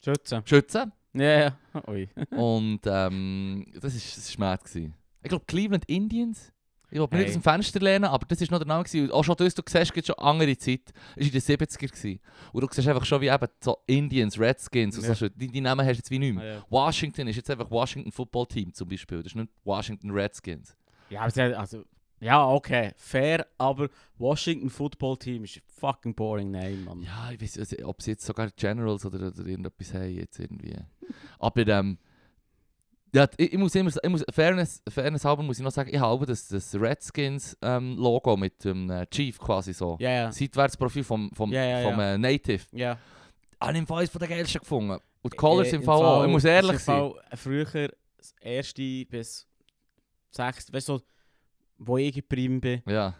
Schützen.
schützen
Ja, ja. Ui.
und ähm, das war ist, das ist mad. Gewesen. Ich glaube, Cleveland Indians. Ich wollte
Hey.
nicht aus dem Fenster lehnen, aber das war noch der Name. Gewesen. Und Auch schon das, du siehst, es schon andere Zeit. Es war in den 70er. Gewesen. Und du siehst einfach schon, wie eben so Indians, Redskins und
Ja. Ah,
so. Die, die Namen hast du jetzt wie nicht mehr.
Ja,
Washington ist jetzt einfach Washington Football Team zum Beispiel. Das ist nicht Washington Redskins.
aber sie hat- also... Ja, okay. Fair, aber Washington Football Team ist ein fucking boring name, Mann.
Ja, ich weiß nicht, ob sie jetzt sogar Generals oder, oder irgendetwas haben jetzt irgendwie. Aber ähm, ja, ich, ich muss immer, ich muss, Fairness, Fairness halber muss ich noch sagen, ich habe das, das Redskins-Logo mit dem äh, Chief quasi so.
Ja, ja.
Seitwärtsprofil vom, vom,
Ja, ja,
vom Äh, Native.
Ja.
Habe ich im Fall eines von den geilsten gefunden. Und die Colors
Äh,
im
im
Fall auch.
Fall-
Ich muss
ist
ehrlich
im
sein.
Fall Früher, das erste bis sechste, weißt du, so, wo ich geprieben bin,
Ja.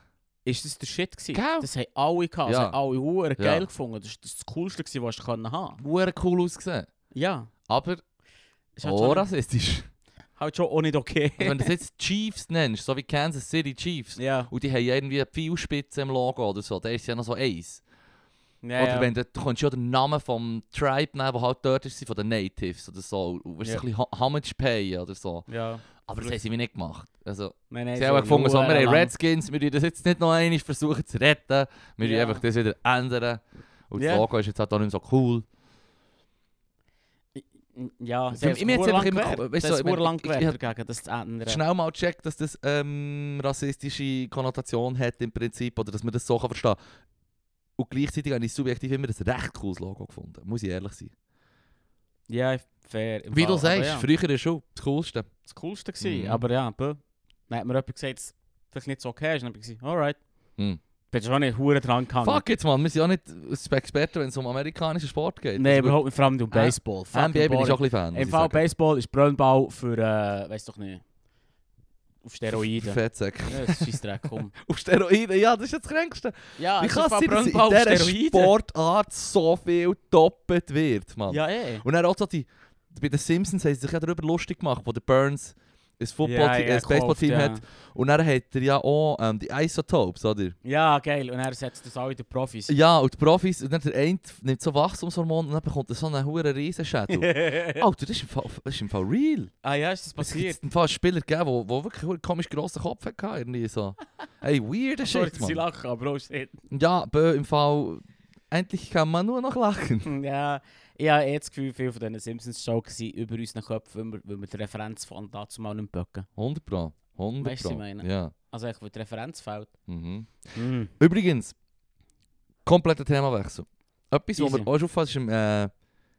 ist das der Shit gewesen.
Gell?
Das haben alle gehabt, das
Ja.
haben alle hure
Ja.
geil gefunden. Das war das Coolste, gewesen, was du können haben
Hure cool ausgesehen.
Ja.
Aber
Ist halt,
oh,
schon,
rassistisch.
halt schon auch nicht okay.
Also Wenn du das jetzt Chiefs nennst, so wie Kansas City Chiefs,
ja.
und die haben ja irgendwie eine Pfeilspitze im Logo oder so, der ist ja noch so eins.
ja,
Oder
ja.
wenn du, du kannst ja den Namen vom Tribe nehmen, der halt dort ist, von den Natives oder so. Und wirst
Ja.
ein bisschen Hum- Homage payen oder so.
Ja.
Aber das haben sie mir nicht gemacht. Also,
Nein, nein,
sie
so
haben auch gefunden, so, wir haben
jahrelang.
Redskins, wir wollen das jetzt nicht noch einmal versuchen zu retten. Wir wollen
Ja.
einfach das wieder ändern. Und das
Ja.
Logo ist jetzt halt auch nicht mehr so cool.
Ja,
Für-
sie haben
ich bin jetzt
hure lang
einfach immer-
gewehrt.
weißt
Sie
du,
haben
ich bin-
hure lang
ich- ich-
gewehrt dagegen, das zu ändern.
Schnell mal checken, dass das ähm, rassistische Konnotation hat im Prinzip oder dass man das so kann verstehen kann. Und gleichzeitig habe ich subjektiv immer ein recht cooles Logo gefunden, muss ich ehrlich sein.
Ja, fair. im
Wie du
Fall, aber
sagst,
ja.
früher ist schon das Coolste.
das Coolste gewesen.
Mhm.
Aber ja, bö. Dann hat mir jemand gesagt, dass es vielleicht nicht so okay ist. Dann habe ich gesagt, alright.
Mhm.
bist schon nicht hure dran gehangen.
Fuck jetzt, Mann, wir sind auch nicht äh, Experten, wenn es um amerikanischen Sport geht.
Nein,
Also gut,
überhaupt nicht, vor allem um
Äh,
Baseball. Fucking
NBA bin ich
boring.
auch ein bisschen Fan. muss
Im
ich
Fall
sagen.
Baseball ist Brönnball für, äh, weiß doch nicht, auf
Für
Steroiden.
Fettsäcke.
Ja, das ist Dreck, komm.
Auf Steroiden, ja, das ist ja das Kränkste.
Ja,
Wie
es
kann es
Ah, ist im Fall
sein, dass in
Brönnball auf
dieser
Steroiden.
Sportart so viel doppelt wird, Mann?
Ja, eh.
Und dann auch so die, bei den Simpsons haben sie sich ja darüber lustig gemacht, wo der Burns ein, Football
Ja,
ein
ja,
Baseballteam
gekauft,
hat. Und dann hat er ja auch ähm, die Isotopes, oder?
Ja, geil. Und er setzt das auch in den Profis.
Ja, und die Profis, und dann der eine nimmt so Wachstumshormone und dann bekommt er so einen hohen Riesenschädel. Alter, das ist im Fall, das ist im Fall real.
ah ja, ist das
Es gibt
passiert?
einen Fall Spieler gegeben, wo, wo wirklich einen komisch grossen Kopf hatte. Irgendwie so. Ey, weirder
Sorry,
Shit,
dass ich
Mann.
lache, aber auch shit.
Ja, bö, im Fall, endlich kann man nur noch lachen.
Ja, ich habe eh das Gefühl, viele von diesen Simpsons-Jokes sind über unseren Köpfen, weil wir, weil wir die Referenz von dazu mal nicht böcken.
100 Pro. 100
Weißt du, was ich
Pro.
meine?
Ja.
Also, echt, weil die Referenz fehlt.
Mhm. Übrigens, kompletter Themawechsel. Etwas, was
Easy.
mir auch schon auffällt, ist im, äh, ich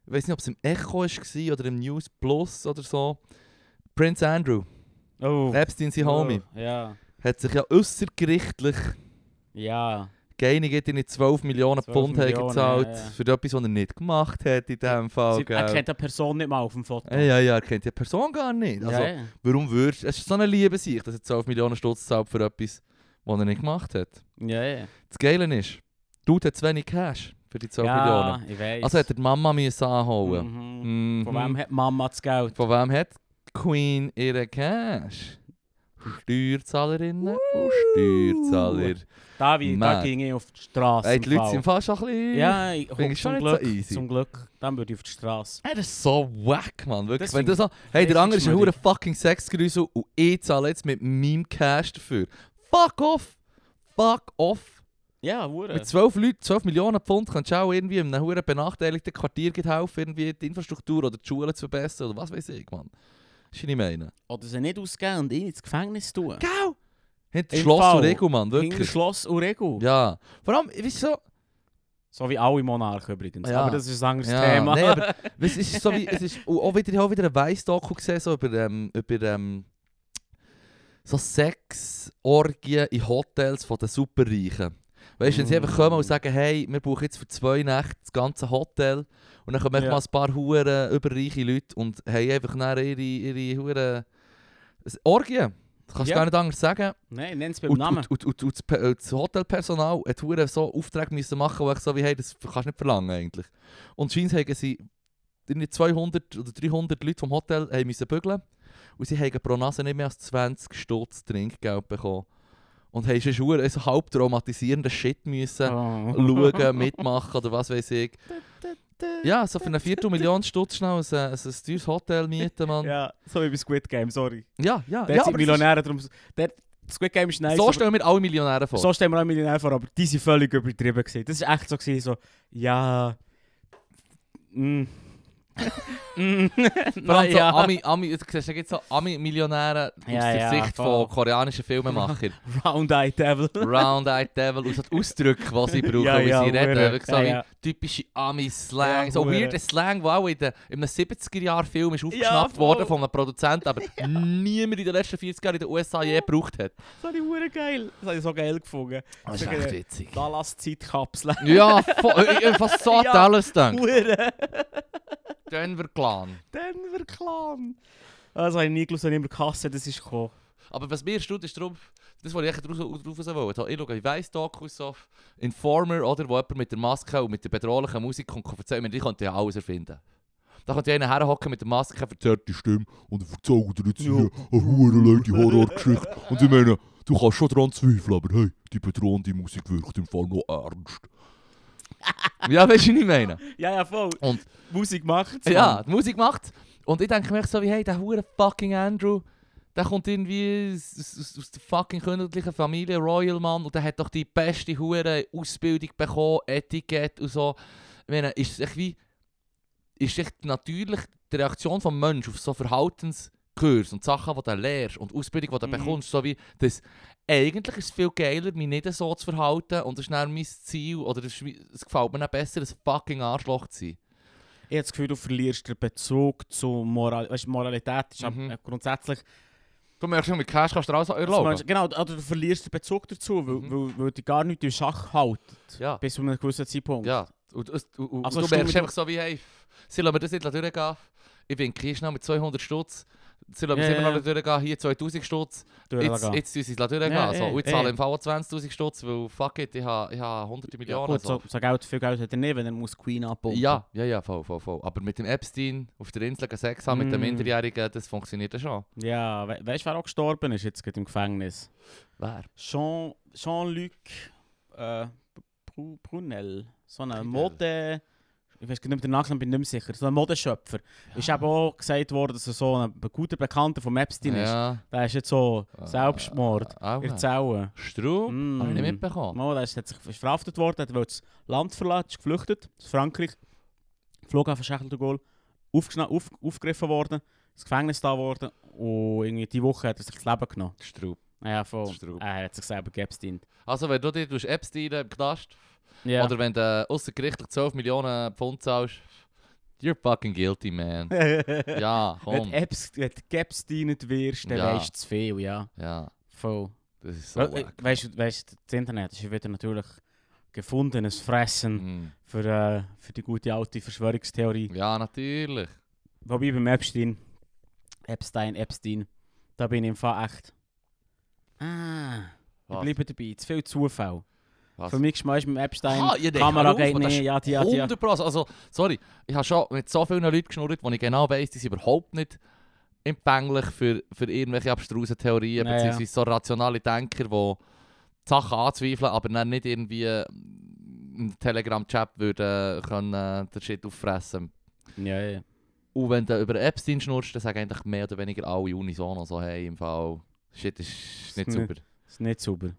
weiß nicht, ob es im Echo war oder im News Plus oder so. Prince Andrew,
Oh.
Epstein sein Homie,
Ja.
hat sich ja äußergerichtlich
Ja.
geeinigt, in 12 Millionen
12
Pfund hat
Millionen,
gezahlt
ja, ja.
für etwas, was er nicht gemacht hat in diesem Fall.
Sie, er
gell?
kennt die Person nicht mal auf dem Foto.
eh, Ja, ja, ja, er kennt die Person gar nicht. Also,
ja, ja.
Warum würdest du... Es ist so eine Liebe sich, dass er 12 Millionen Stutz zahlt für etwas, was er nicht gemacht hat.
ja, ja.
Das Geile ist, Dude hat zu wenig Cash für die 12
ja,
Millionen.
ich weiß.
Also hat er die Mama müssen anholen.
Mhm.
Mhm.
Von wem hat Mama das Geld?
Von wem hat Queen ihre Cash? Steuerzahlerinnen und Steuerzahler.
David, da
Mann.
ging ich auf die Straße.
Ey,
im
die Leute
Fall.
sind fast ein bisschen...
Ja, oh, ich
Finde ich
zum
schon nicht so
Glück.
easy.
Zum Glück. Dann würde ich auf die Straße.
Ey, das ist so wack, Mann. Wirklich.
Das
Wenn
find
das so, hey, der
das
andere
ist
ist ein
schnurrig.
hoher fucking Sexgrüßel und ich zahle jetzt mit meinem Cash dafür. Fuck off! Fuck off!
Ja, Hure.
Mit 12 Leuten, 12 Millionen Pfund kannst du auch irgendwie in einem hohen benachteiligten Quartier geht helfen, irgendwie die Infrastruktur oder die Schulen zu verbessern oder was weiß ich, Mann. Das ist nicht meine.
Oder sie nicht ausgehen und ihn ins Gefängnis tun.
Gau! Hinter
Im
Schloss
Fall.
und Rego, Mann,
Hinter
wirklich.
Schloss und Regu.
Ja. Vor allem, weißt du, so,
So wie alle Monarchen übrigens.
Ja.
Aber das ist ein anderes
Ja,
dus Thema.
nee, aber- weißt, du, es ist so wie, es ist, und auch wieder, ich habe wieder einen Weiss-Doku gesehen, so über, ähm, über ähm, so Sexorgien in Hotels von den Superreichen. Weißt du, wenn sie
Mm.
einfach kommen und sagen, hey, wir brauchen jetzt für zwei Nächte das ganze Hotel und dann kommen einfach
Ja.
mal ein paar eh, hure überreiche Leute und haben einfach nach ihre, ihre hure Orgien. Das kannst du
Ja.
gar nicht anders sagen.
Nein, nenn es beim
Und,
Namen.
und, und, und, und das Pe- äh, das Hotelpersonal hat hure so Aufträge müssen machen, wo ich so wie, hey, das kannst du nicht verlangen eigentlich. Und scheinbar haben sie irgendwie 200 oder 300 Leute vom Hotel haben müssen bügeln und sie haben pro Nase nicht mehr als 20 Stutz Trinkgeld bekommen. Und haben schon hure so halb traumatisierenden Shit müssen
Oh.
schauen, mitmachen oder was weiß ich. Ja, so für eine Viertelmillion Stutz schnell ein, ein, ein teures Hotel mieten, Mann. Ja,
Ja, so wie bei Squid Game, sorry.
ja, ja.
Der
ja
sind
aber das ist-
Millionäre, darum... Der, Squid Game ist nice,
so
aber-
stellen wir alle Millionäre vor.
So stellen wir auch Millionär vor, aber die waren völlig übertrieben. Gewesen. Das war echt so, gewesen, so ja. Mm. Mm.
Vor allem so
Naja.
Ami, Ami, du siehst, da gibt's so Ami-Millionäre aus
Ja,
der
ja,
Sicht
voll.
von koreanischen Filmemachern.
Round-Eye Devil.
Round-Eyed Devil und so die Ausdrücke, die sie brauchen,
Ja,
wie
ja,
sie reden.
hure.
Wirklich so
Ja,
wie
ja.
typische Ami-Slang.
Ja,
so
hure.
weirder Slang, der auch in den, in einem 70er-Jahr-Film ist aufgeschnappt
voll.
worden von einem Produzenten, aber niemand in den letzten 40 Jahren in den USA je gebraucht hat.
Das habe ich hure geil. Das habe ich so geil gefunden.
Das ist
Okay.
Oh, echt witzig.
Dallas-Zeitkapsel.
Ja, eh, voll, ich ich fast so an
Ja.
Dallas gedacht.
Hure.
Denver Clan.
Denver Clan. Das habe ich nie gelesen, immer Kasse, das ist gekommen.
Aber was mir stört, ist darum, das wollte ich eigentlich draus- drauf raus wollte. Ich schaue, ich weiss Dokus auf Informer, oder, wo jemand mit der Maske und mit der bedrohlichen Musik kommt und erzählt mir, die könnte ja alles erfinden. Da kommt ja einer herhocken mit der Maske, verzerrt die Stimme und verzaugt dir jetzt hier eine hure lange Horrorgeschichte. Und ich meine, du kannst schon dran zweifeln, aber hey, die bedrohende Musik wirkt im Fall noch ernst. ja, weißt du, was ich meine?
Ja, ja, voll.
Und-
Musik macht
Ja, die Musik macht. Und ich denke mir echt so wie, hey, der hure fucking Andrew, der kommt irgendwie aus, aus, aus der fucking königlichen Familie Royal Mann und der hat doch die beste hure Ausbildung bekommen, Etikett und so. Ich meine, ist es echt wie, ist echt natürlich die Reaktion vom Mensch auf so Verhaltenskurs und Sachen, die du lernst und Ausbildung, die du
Mhm.
bekommst, so wie das eigentlich ist es viel geiler, mich nicht so zu verhalten und das ist dann mein Ziel oder das ist wie- es gefällt mir dann besser, ein fucking Arschloch zu sein.
Ich habe das Gefühl, du verlierst den Bezug zu Moral. Weißt, du, Moralität ist
Mhm.
mhm. grundsätzlich
Du merkst schon, mit Cash kannst du dir alles
Das
erlauben.
meinst- Genau, also du verlierst den Bezug dazu, weil,
Mhm.
weil, weil die gar nicht im Schach halten.
Ja,
Bis zu einem gewissen Zeitpunkt.
ja. Und, und, und, und
Also
du
stimmt,
merkst
du-
einfach so wie, hey, f- sie lassen mir das nicht durchgehen. Ich bin Kirsch noch mit 200 Stutz. Sie lassen
Ja,
mir
ja,
immer noch
ja.
durchgehen. Hier 2000 Stutz. Jetzt,
Durchgehen.
jetzt tun sie es durchgehen.
Ja,
so.
eh,
Und ich zahle
eh.
im Fall 20'000 Stutz, weil fuck it, ich habe, ich habe hunderte
ja,
Millionen.
gut,
so.
so, so Geld, viel Geld hat er nicht, wenn er muss Queen abbauen
ja, ja, ja, voll, voll, voll. Aber mit dem Epstein auf der Insel einen Sex haben, mit dem
Mm.
Minderjährigen, das funktioniert ja schon.
Ja, we weißt du, wer auch gestorben ist jetzt gerade im Gefängnis?
Wer?
Jean- Jean-Luc äh, Bru- Brunel. So ein
Brunel.
Mode. Ich weiß nicht, ob der Nachnamen bin ich nicht mehr sicher. So ein Modeschöpfer. Ist eben auch gesagt worden, dass er so ein guter Bekannter von Epstein ist.
Ja.
Der ist jetzt so
Äh,
Selbstmord
Auch
in der
nicht.
Zelle.
Strom?
Mm.
Habe ich nicht mitbekommen.
Mal, der ist, hat sich ist verhaftet worden, hat wollte das Land verlassen, ist geflüchtet aus Frankreich. Flughafen Schächel de Gaulle. Aufgeschna- auf, aufgegriffen worden, ins Gefängnis da worden und irgendwie diese Woche hat er sich das Leben genommen.
Straub.
Ja, voll.
Straub.
Er hat sich selber geabstient.
Also wenn du dir tust Epstein im Knast
Ja.
oder wenn du außergerichtlich 12 Millionen Pfund zahlst, you're fucking guilty, man. ja,
Wenn
komm.
du Abs- wenn du geabstinent wirst, dann
Ja.
weisst du zu viel, ja.
Ja,
Voll.
das ist so
Weil, äh,
wack.
Weißt du, weißt du, das Internet ist ja wieder natürlich gefundenes Fressen
Mm.
für, äh, für die gute alte Verschwörungstheorie.
Ja, natürlich.
Wobei beim Epstein, Epstein, Epstein, da bin ich im Fall echt. Ah, ich
Was?
bleibe dabei. Zu viel Zufall.
Was?
Für mich schmeißt mit dem Epstein,
Ah, ja, der
Kamera
kann
geht
auf, das
nicht,
ist
ja, die, ja, die. ja.
100%. Also, sorry, ich habe schon mit so vielen Leuten geschnurrt, wo ich genau weiss, die sind überhaupt nicht empfänglich für, für irgendwelche abstrusen Theorien,
Ja, ja.
beziehungsweise so rationale Denker, die die Sachen anzweifeln, aber dann nicht irgendwie im eh, Telegram-Chat würden können äh, den Shit auffressen.
Ja, ja.
Und wenn du über Epstein schnurrst, dann sagen eigentlich mehr oder weniger alle unisono so, hey, im Fall, Shit ist nicht
Ist
super.
Ist nicht sauber.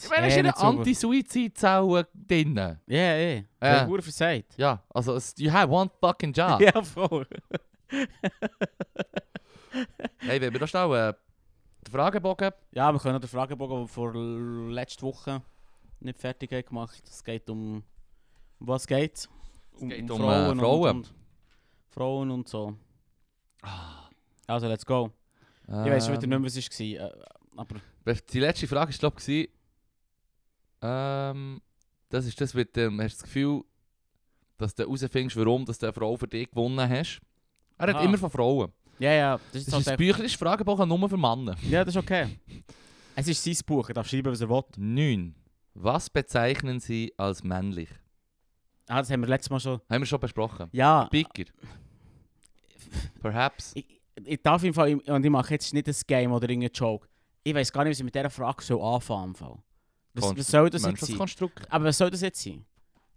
Ich meine, es
Eh,
ist eine
nicht sauber.
Anti-Suizid-Zelle drin.
Ja, ja.
Ja. Ah.
Der Hure versagt.
Ja, also, es- you have one fucking job.
Ja, voll.
Hey, wenn wir da schnell äh, den Fragebogen.
Ja, wir können auch den Fragebogen, den wir vor letzter Woche nicht fertig haben gemacht. Es geht um. um was geht's?
geht um, äh, Frauen.
Und, und Frauen und so.
Ah.
Also, let's go. Ich weiß
Ähm.
schon wieder nicht mehr, was es war. äh, Aber
mehr. Die letzte Frage war, glaube ich, ähm, das ist das mit dem, hast du das Gefühl, dass du herausfindest, warum dass du eine Frau für dich gewonnen hast? Er hat
Ah.
immer von Frauen.
ja, ja, das
Das
ist,
ist ein
halt echt,
Büchlein, ist Fragebogen nur für Männer.
Ja, das ist okay. es ist sein Buch, er darf schreiben, was er will.
9. Was bezeichnen Sie als männlich?
Ah, das haben wir letztes Mal schon.
Haben wir schon besprochen.
Ja,
Picker. Perhaps.
ich, ich darf im Fall, und ich mache jetzt nicht ein Game oder irgendeinen Joke. Ich weiß gar nicht, was ich mit dieser Frage so anfangen soll. Was,
Konst-
was soll das jetzt
Menschliches
sein?
Konstrukt.
Aber was soll das jetzt sein?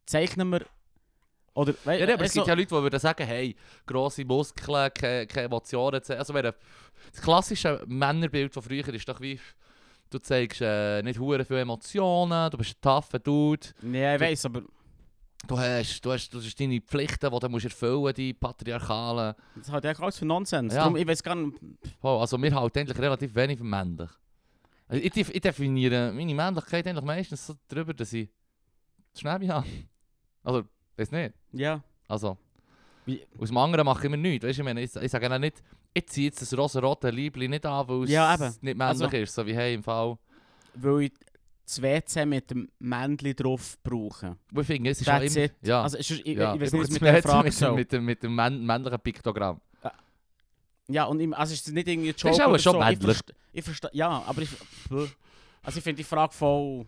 Zeichnen wir. Oder. Wei,
Ja, nee, aber es
also,
gibt ja Leute, die würden sagen, hey, grosse Muskeln, keine, keine Emotionen. ze- Also, wenn, äh, das klassische Männerbild von früher ist doch wie, du zeigst äh, nicht hure viele Emotionen, du bist ein tougher Dude,
Ja, ich weiß, aber.
du hast, du hast, du hast deine Pflichten, die du musst erfüllen die patriarchalen.
Das hat ja alles für Nonsens.
Ja.
Darum, ich weiß gar nicht.
Wow, also, wir halten eigentlich relativ wenig von männlich. Also, ich, def- ich definiere meine Männlichkeit eigentlich meistens so darüber, dass ich Schnäbi habe. Also, weiß nicht.
Ja.
Also,
Wie-
aus dem anderen mache ich mir nichts. Weißt du, ich, meine, ich, ich sage ihnen nicht, ich ziehe jetzt das rosa-rote Liebling nicht an, weil es
Ja, eben.
nicht männlich
Also-
ist. So wie, hey, im Fall.
Weil ich das WC mit dem Männchen drauf brauche.
Wir finden, es ist auch
That's
immer.
it.
Ja,
Also, sonst- ich,
Ah, ja.
ich weiß nicht, was
brauche
mit
das
der
Netz
Frage
mit,
so.
dem- mit, dem- mit dem männ- männlichen Piktogramm.
Ja, und im, also ist das nicht irgendwie ein Joke
ist auch
oder
schon
so. Ich
männlich.
verste- Ich verstehe, ja, aber ich... Puh. Also ich finde die Frage voll...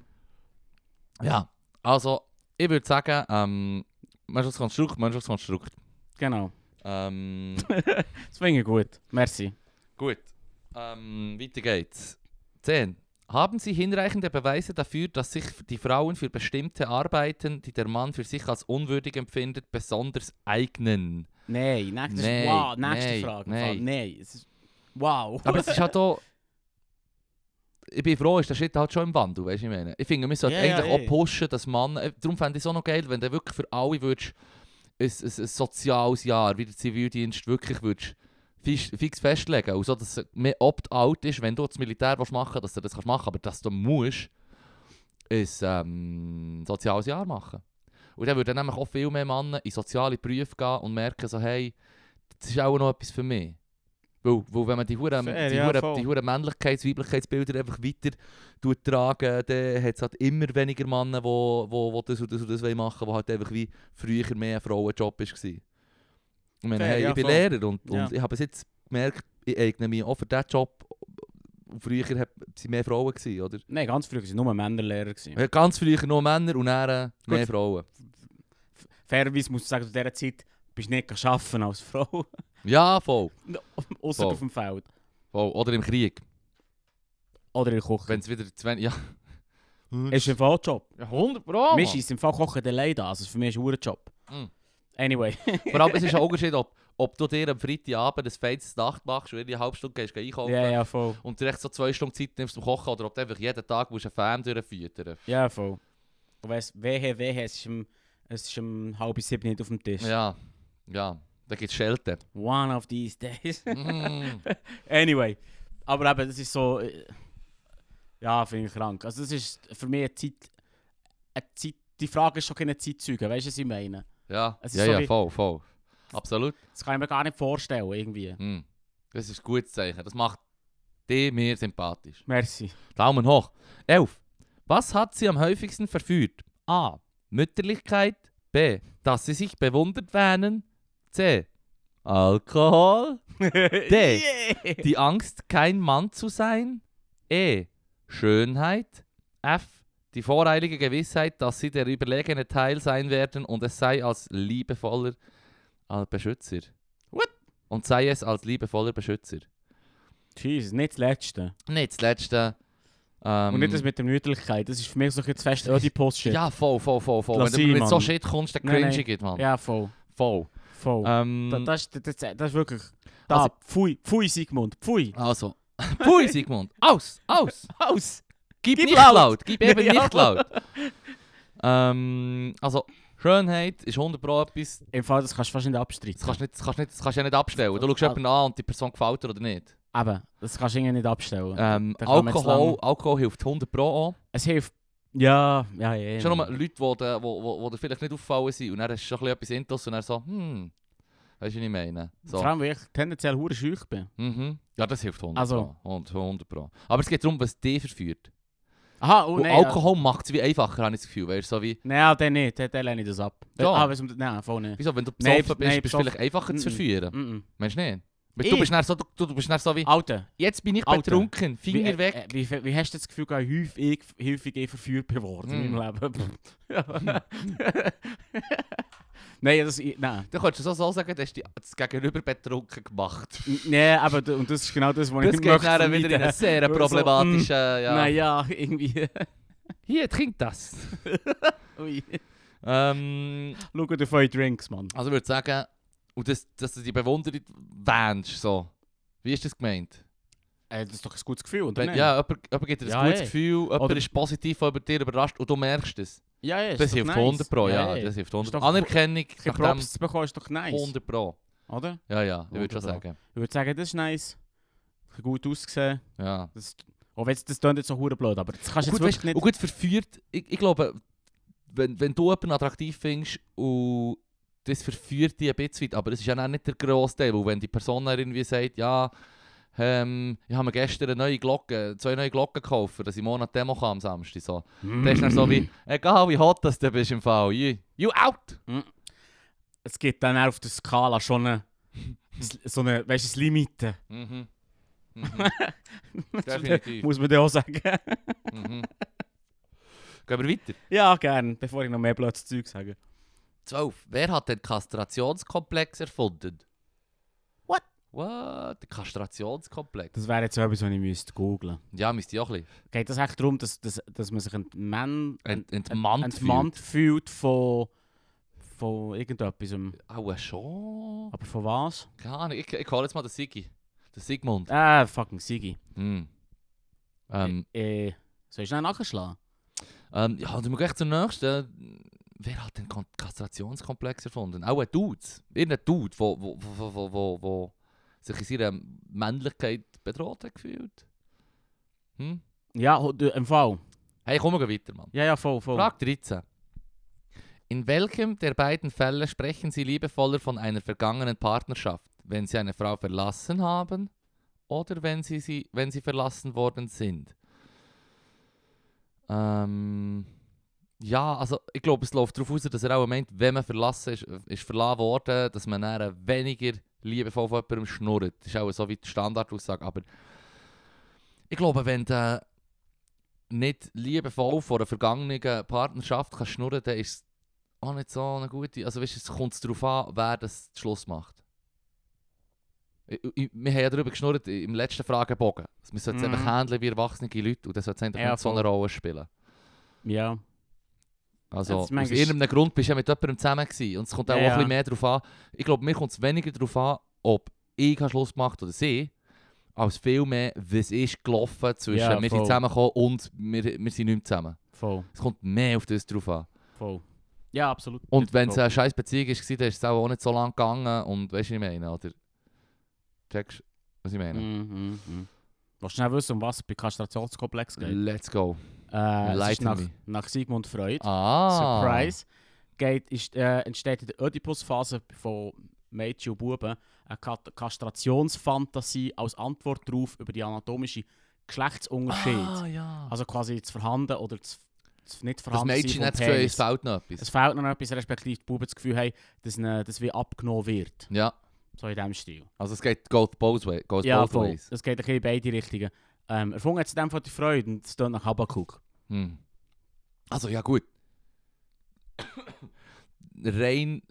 Ja, also, ich würde sagen, ähm, menschliches Konstrukt, menschliches Konstrukt.
Genau.
Ähm,
Das finde ich gut. Merci.
gut, ähm, weiter geht's. 10. Haben Sie hinreichende Beweise dafür, dass sich die Frauen für bestimmte Arbeiten, die der Mann für sich als unwürdig empfindet, besonders eignen?
Nein, nächste,
Nein,
wow, nächste
nein,
Frage.
nein.
Nein, es ist... Wow.
Aber es ist halt auch. Ich bin froh, ist der Shit halt schon im Wandel, weißt du, ich meine. Ich finde, wir sollten
Ja, ja,
eigentlich
eh.
auch pushen, dass man. äh, Darum fände ich es auch noch geil, wenn du wirklich für alle würdest, ein, ein, ein soziales Jahr, wie der Zivildienst, wirklich würdest, fix, fix festlegen. Und so, dass es mehr opt-out ist, wenn du das Militär willst machen willst, dass du das kannst machen Aber dass du musst, ein ähm, soziales Jahr machen. Und dann würden nämlich auch viel mehr Männer in soziale Berufe gehen und merken, so, hey, das ist auch noch etwas für mich. Weil, weil wenn man die Huren,
Fair,
die,
ja,
Huren,
voll.
die Huren Männlichkeits-, Weiblichkeitsbilder einfach weiter tut tragen, dann hat es halt immer weniger Männer, die wo, wo, wo das und das und das wollen machen wollen, wo halt einfach wie früher mehr ein Frauenjob war. Ich meine,
Fair,
hey,
ja,
ich bin
voll.
Lehrer und,
Ja.
und ich habe es jetzt gemerkt, ich eigne mich auch für diesen Job. Und früher waren mehr Frauen, gewesen, oder?
Nein, ganz früher waren nur Männerlehrer. Ja.
Ja, Ganz früher nur Männer und dann äh, mehr
Gut.
Frauen.
Fairerweise muss ich sagen, zu dieser Zeit bist du nicht arbeiten als Frau.
Ja, voll.
Außer
Voll.
auf dem Feld.
voll. Oder im Krieg.
Oder in der Küche.
Wenn Oh, es wieder zu wenig... Ja.
Ist ein Volljob.
100 Pro!
Mir ist im Fall Kochen der Leid an. Also für mich ist es ein Job.
Mm.
Anyway.
Vor allem, es ist ein Unterschied, ob, ob du dir am Freitagabend ein feines Nacht machst und in eine halbe Stunde gehst, gehst einkaufen
ja, ja, voll.
und dir echt so zwei Stunden Zeit nimmst zum Kochen oder ob du einfach jeden Tag musst einen Fan durchfüttern
Ja, voll. Und weißt du, wehe, wehe, es ist um, es ist um halb sieben nicht auf dem Tisch.
Ja, ja. Da gibt es Schelte.
One of these days.
Mm.
anyway. Aber eben, das ist so... äh, Ja, finde ich krank. Also das ist für mich eine Zeit... Eine Zeit die Frage ist schon keine Zeitzeuge, weißt du, was ich meine?
Ja,
Es ist
ja,
so
ja,
wie-
voll, voll. Absolut.
Das kann ich mir gar nicht vorstellen, irgendwie.
Mm. Das ist ein gutes Zeichen. Das macht dich mir sympathisch.
Merci.
Daumen hoch. 11. Was hat sie am häufigsten verführt? A. Mütterlichkeit. B. Dass sie sich bewundert wähnen. C. Alkohol.
D.
Die Angst, kein Mann zu sein. E. Schönheit. F. Die voreilige Gewissheit, dass sie der überlegene Teil sein werden und es sei als liebevoller als Beschützer.
What?
Und sei es als liebevoller Beschützer.
Jesus, nicht das Letzte.
Nicht das letzte. Ähm,
Und nicht das mit der Mütterlichkeit, das ist für mich so ein bisschen zu fest Oedipus-Shit.
Ja, voll, voll, voll, voll.
Lass
Wenn du
sie,
mit so
Mann.
Shit kommst, dann
Nein,
cringe
nein.
ich it, Mann.
ja, voll.
Voll.
Voll.
Ähm,
Da- Das, das, das, das ist wirklich. Da,
Also-
pfui, pfui, Sigmund, pfui.
also. Pfui, Sigmund. Aus, aus.
Aus!
Gib,
Gib
nicht
laut.
laut. gib eben
Ja.
nicht laut. ähm, also, Schönheit ist 100 Pro etwas,
Im Fall, das kannst du fast nicht abstreiten.
das kannst du nicht, das kannst du nicht, das kannst du ja nicht abstellen. Du schaust jemanden an und die Person gefällt dir oder nicht.
Eben, das kannst du irgendwie nicht abstellen.
Ähm,
Da kann man jetzt
Alkohol, Alkohol hilft 100 Pro an.
Es hilft. Ja, ja, ja. ja.
Schon nur Leute, die dir eh, wo, wo, wo dir vielleicht nicht auffallen sind und dann hast du schon ein bisschen etwas intus und dann so, hm, weißt du, was ich meine? So.
Vor allem, weil ich tendenziell hure schüch bin.
Mhm. Ja, das hilft 100
Also-
Pro. Und 100 Pro. Aber es geht darum, was dich verführt.
Aha, oh
Und
nein.
Alkohol macht es wie einfacher, habe ich das Gefühl. Weißt du, so wie,
Ja. Nein, der nicht, der, der lehne ich das ab.
Ja.
Ah, was, nein, voll nicht.
wieso, wenn du
Nein,
besoffen bist,
nein,
bist du
besoffen-
vielleicht einfacher zu
Mhm.
verführen.
Mhm.
Meinst du nicht? Weil
Ich?
Du bist dann so, du, du du bist dann so wie,
Alter,
jetzt bin ich
Alter,
betrunken,
wie,
Finger weg.
äh, wie, wie, wie hast du das Gefühl, gehabt, häufig, ich- häufig ich verführt bin worden in
Mm.
meinem Leben? Ja. nein, das, ich- nein.
Dann könntest du so, so sagen, du hast dich das Gegenüber betrunken gemacht.
N- Nee, aber d- und das ist genau das, was
Das
ich
geht
möchte
dann wieder in
vermeiden.
eine sehr
Weil so, mm.
problematische, ja.
Nein, ja, irgendwie.
Hier, trink das.
Ui.
ähm,
Schaut auf eure Drinks, Mann.
also ich würde sagen, und das, dass du die Bewunderung wähnst, so. Wie ist das gemeint?
Äh, das ist doch ein gutes Gefühl, oder
Wenn,
nicht?
ja, jemand, jemand gibt dir ein
Ja,
gutes
ey.
Gefühl, jemand
Oder-
ist positiv über dir überrascht und du merkst es.
ja, ja ist
Das
doch
hilft
nice.
100 Pro, ja.
ey.
Das hilft 100
doch-
Anerkennung
Ein
nach
bisschen
dem
Props zu bekommen ist doch nice,
100 Pro.
oder?
Ja, ja, ich würde
100
schon sagen.
Ich würde sagen, das ist nice. Ein bisschen Gut ausgesehen.
Ja.
Das, auch wenn es- das tönt jetzt so hure blöd, aber das kannst du jetzt
Und gut,
wirklich
weißt,
nicht...
und gut verführt, ich, ich glaube, wenn, wenn du jemanden attraktiv findest und das verführt dich ein bisschen, aber das ist ja dann nicht der grosse Teil, weil wenn die Person dann irgendwie sagt, ja, ähm, ich habe mir gestern eine neue Glocke, zwei neue Glocken gekauft, dass ich morgen an die Demo kann am Samstag. So.
Mm.
Dann ist dann so wie, äh, egal wie hot das du bist im Fall, you, you out!
Es gibt dann auch auf der Skala schon eine... so eine, weißt du, Limite.
Mhm. Mhm. Definitiv.
Muss man dir auch sagen.
mhm. Gehen wir weiter.
ja, gern, bevor ich noch mehr blödes Zeug sage.
12. Wer hat den Kastrationskomplex erfunden?
What?
What? Der Kastrationskomplex?
Das wäre jetzt so etwas, was ich müsste googlen
Ja, müsste ich auch ein bisschen.
Geht das echt darum, dass, dass, dass man sich ein Mann
Ent entmannt.
entmannt fühlt von, von irgendetwas? ähm,
Auch äh, schon.
Aber von was?
Keine Ahnung. Ich, ich hole jetzt mal den Sigi. Den Sigmund.
Äh, fucking Sigi.
Hm. Ähm,
Äh, soll ich schnell nachschlagen?
ähm, ja, dann sind wir gleich zum nächsten. äh, Wer hat den Kon- Kastrationskomplex erfunden? Auch ein Dude. Irgendein Dude, der wo, wo, wo, wo, wo, wo sich in seiner Männlichkeit bedroht hat gefühlt. Hm?
Ja, ho- du- im Fall.
Hey, kommen wir weiter, Mann.
Ja, ja, voll, voll.
Frage 13. In welchem der beiden Fälle sprechen Sie liebevoller von einer vergangenen Partnerschaft? wenn sie eine Frau verlassen haben oder wenn sie, sie, wenn sie verlassen worden sind. Ähm, ja, also ich glaube, es läuft darauf aus, dass er auch meint, wenn man verlassen ist, ist verlassen worden, dass man dann weniger liebevoll von jemandem schnurrt. Das ist auch so wie die Standardaussage. Aber ich glaube, wenn du nicht liebevoll von einer vergangenen Partnerschaft kannst schnurren dann ist es auch nicht so eine gute. Also, weißt du, es kommt darauf an, wer das zu Schluss macht. Ich, ich, wir haben ja darüber geschnurrt im letzten Fragebogen. Wir sollten es
Mhm.
einfach handeln wie erwachsene Leute und das sollte eigentlich
Ja,
nicht so eine Rolle spielen.
Ja.
Also,
Ja, das
aus
ist manchmal-
irgendeinem Grund bist du ja mit jemandem zusammen gewesen. Und es kommt auch,
Ja,
auch
ja.
ein bisschen mehr darauf an. Ich glaube, mir kommt es weniger darauf an, ob ich habe Schluss gemacht oder sie, als vielmehr, was ist gelaufen zwischen
Ja,
wir
voll.
sind zusammengekommen und wir, wir sind nicht mehr zusammen.
Voll.
Es kommt mehr auf das drauf an.
Voll. Ja, absolut.
Und wenn es
Voll.
eine scheiß Beziehung war, dann ist es auch nicht so lange gegangen. Und weißt du, was ich meine? Oder? Checkst du, was ich meine?
Mhm, mhm, mhm. Willst du schnell wissen, um was es bei Kastrationskomplex geht?
Let's go.
Äh, es ist
Enlighten
nach,
me.
nach Sigmund Freud.
Ah.
Surprise. Geht, ist, äh, entsteht in der Oedipus-Phase von Mädchen und Buben eine Kat Kastrationsfantasie als Antwort darauf über die anatomische Geschlechtsunterschied.
Ah, ja.
Oh, Also quasi das Vorhanden oder das, das nicht
das
vorhanden
Mädchen hat das Gefühl, es fehlt noch etwas.
Es fehlt noch etwas, respektive die Buben das Gefühl haben, dass ihnen das wie abgenommen wird.
Ja.
So in diesem Stil.
Also es geht goes both, way, goes
ja,
both
voll.
ways.
Es geht ein bisschen in beide Richtungen. Ähm, erfunden hat es in dem Fall die Freude und es klingt nach Habakuk.
Hm. Also ja gut. Rein,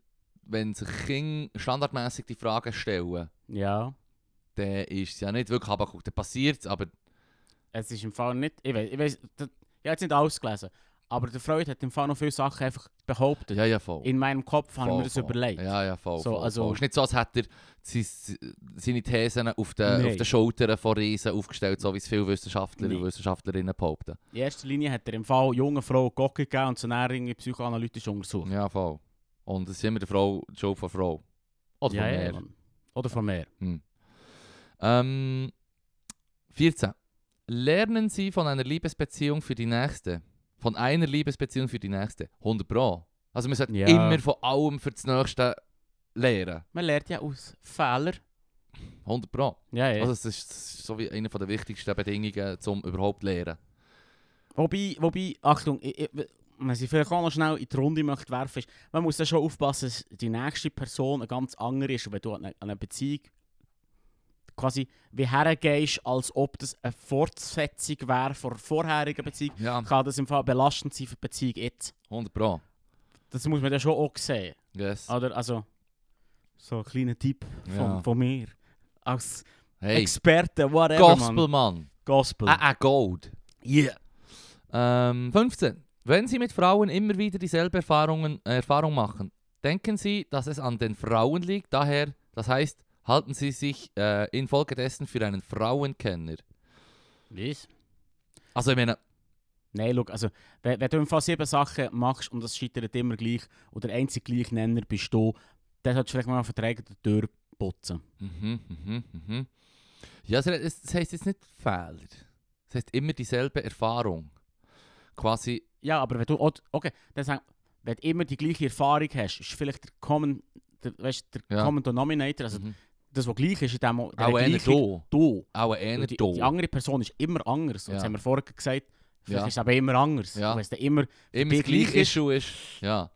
wenn sich Kinder standardmäßig die Fragen stellen,
Ja.
dann ist es ja nicht wirklich Habakuk. Dann passiert es, aber
Es ist im Fall nicht... Ich weiß, ich weiß... da- Ich habe jetzt nicht alles gelesen. Aber der Freud hat im Fall noch viele Sachen einfach behauptet.
ja, ja voll.
In meinem Kopf habe ich
Voll,
mir das
voll.
überlegt.
Ja, ja, voll.
So,
voll,
also-
voll. Es ist nicht so, als hätte er seine, seine Thesen auf den,
Nein.
auf den Schultern von Riesen aufgestellt, so wie es viele Wissenschaftler
Nein.
und Wissenschaftlerinnen behaupten.
In erster Linie hat er im Fall jungen Frauen Gott gegeben und sie dann irgendwie psychoanalytisch untersucht.
Ja, voll. Und es ist immer der Frau, die Schuld von Frau. Oder von mehr.
Mann. Oder von mehr.
Ähm, 14. Lernen Sie von einer Liebesbeziehung für die nächste. Von einer Liebesbeziehung für die nächste. 100 Pro. Also man sollte
Ja.
immer von allem für das nächste lernen.
Man lernt ja aus Fehlern.
100 Pro.
Ja, ja.
Also das ist, das ist so wie eine der wichtigsten Bedingungen, um überhaupt zu lernen.
Wobei, wobei, Achtung, ich, ich, was ich vielleicht auch noch schnell in die Runde möchte werfen, ist, man muss dann schon aufpassen, dass die nächste Person eine ganz andere ist. Und wenn du an eine, an eine Beziehung quasi wie hergehst, als ob das eine Fortsetzung wäre von der vorherigen Beziehung,
Ja,
kann das im Fall belastend sein für die Beziehung jetzt.
100 Pro.
Das muss man dann schon auch sehen.
Yes.
Oder? Also, so ein kleiner Tipp von,
Ja.
von mir. Als
Hey,
Experte, whatever,
Gospel,
Mann.
Mann.
Gospel.
Ah, ah, Gold.
Yeah.
Ähm, 15. Wenn Sie mit Frauen immer wieder dieselbe Erfahrungen, äh, Erfahrung machen, denken Sie, dass es an den Frauen liegt. Daher, das heißt, halten Sie sich äh, infolgedessen für einen Frauenkenner.
Was?
Also ich meine,
Nein, schau, also, wenn, wenn du im Fall sieben Sachen machst und das scheitert immer gleich und der einzige Gleichnenner bist du, dann solltest du vielleicht mal Verträge der Tür putzen.
mhm, mhm, mhm. Ja, es, es es heisst jetzt nicht Fehler. Es heisst immer dieselbe Erfahrung. Quasi,
Ja, aber wenn du, oh, okay, dann sag, wenn du immer die gleiche Erfahrung hast, ist vielleicht der Common, der, weißt, der
Ja.
Common Denominator, also
mhm.
das, was gleich ist in dem in dieser
auch einer
Gleichung,
da.
du.
Auch
Weil
einer
Die,
da.
die andere Person ist immer anders. Und
Ja.
das haben wir vorher gesagt, vielleicht
Ja.
ist es aber immer anders.
Ja.
Und wenn es dann immer,
Immer das
Big League
gleiche
ist-
Issue ist. Ja.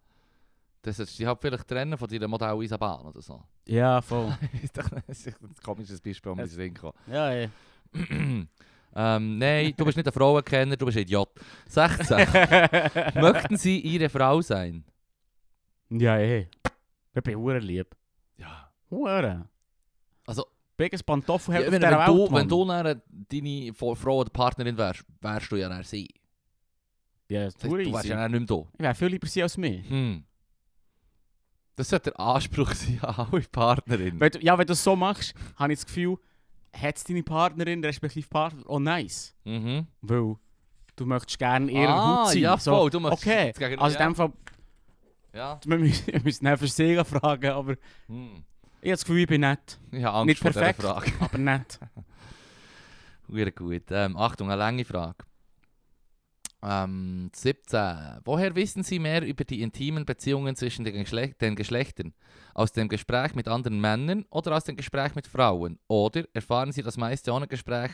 Das solltest du dich halt vielleicht trennen von deiner Modell Isabel oder so.
ja, voll.
Ist doch- das ist ein komisches Beispiel, um das Ding zu
ja, ja.
ähm, Nein, du bist nicht ein Frauenkenner, du bist ein Idiot. 16. Möchten Sie Ihre Frau sein?
ja, ja. Ich bin hure lieb.
Ja.
Hure.
Also-
Biggest Pantoffel
wenn,
hat
wenn,
auf dieser Welt,
du,
Mann.
wenn du dann deine Fo- Frau oder Partnerin wärst, wärst du ja dann sie.
Ja, das ist
Das heißt,
hure
du wärst
easy.
ja dann nicht mehr
Ich wäre viel lieber sie als mich.
da. Hm. Das sollte der Anspruch sein an alle Partnerinnen.
Wenn du, ja, wenn du es so machst, habe ich das Gefühl, hat es deine Partnerin respektive Partner oh nice.
Mhm.
Weil du möchtest gerne ihre
Ah,
Hut sein.
ja,
so,
voll. Du möchtest
okay,
jetzt gegen-
also in
ja.
dem Fall,
Ja.
wir müssen, wir müssen nicht für sie fragen, aber ich
Hm.
habe das Gefühl, ich bin nett.
Ich habe Angst
Nicht
vor dieser
perfekt.
Frage.
Aber nett.
Sehr gut. Ähm, Achtung, eine lange Frage. Ähm, 17. Woher wissen Sie mehr über die intimen Beziehungen zwischen den, Geschle den Geschlechtern? Aus dem Gespräch mit anderen Männern oder aus dem Gespräch mit Frauen? Oder erfahren Sie das meiste ohne Gespräch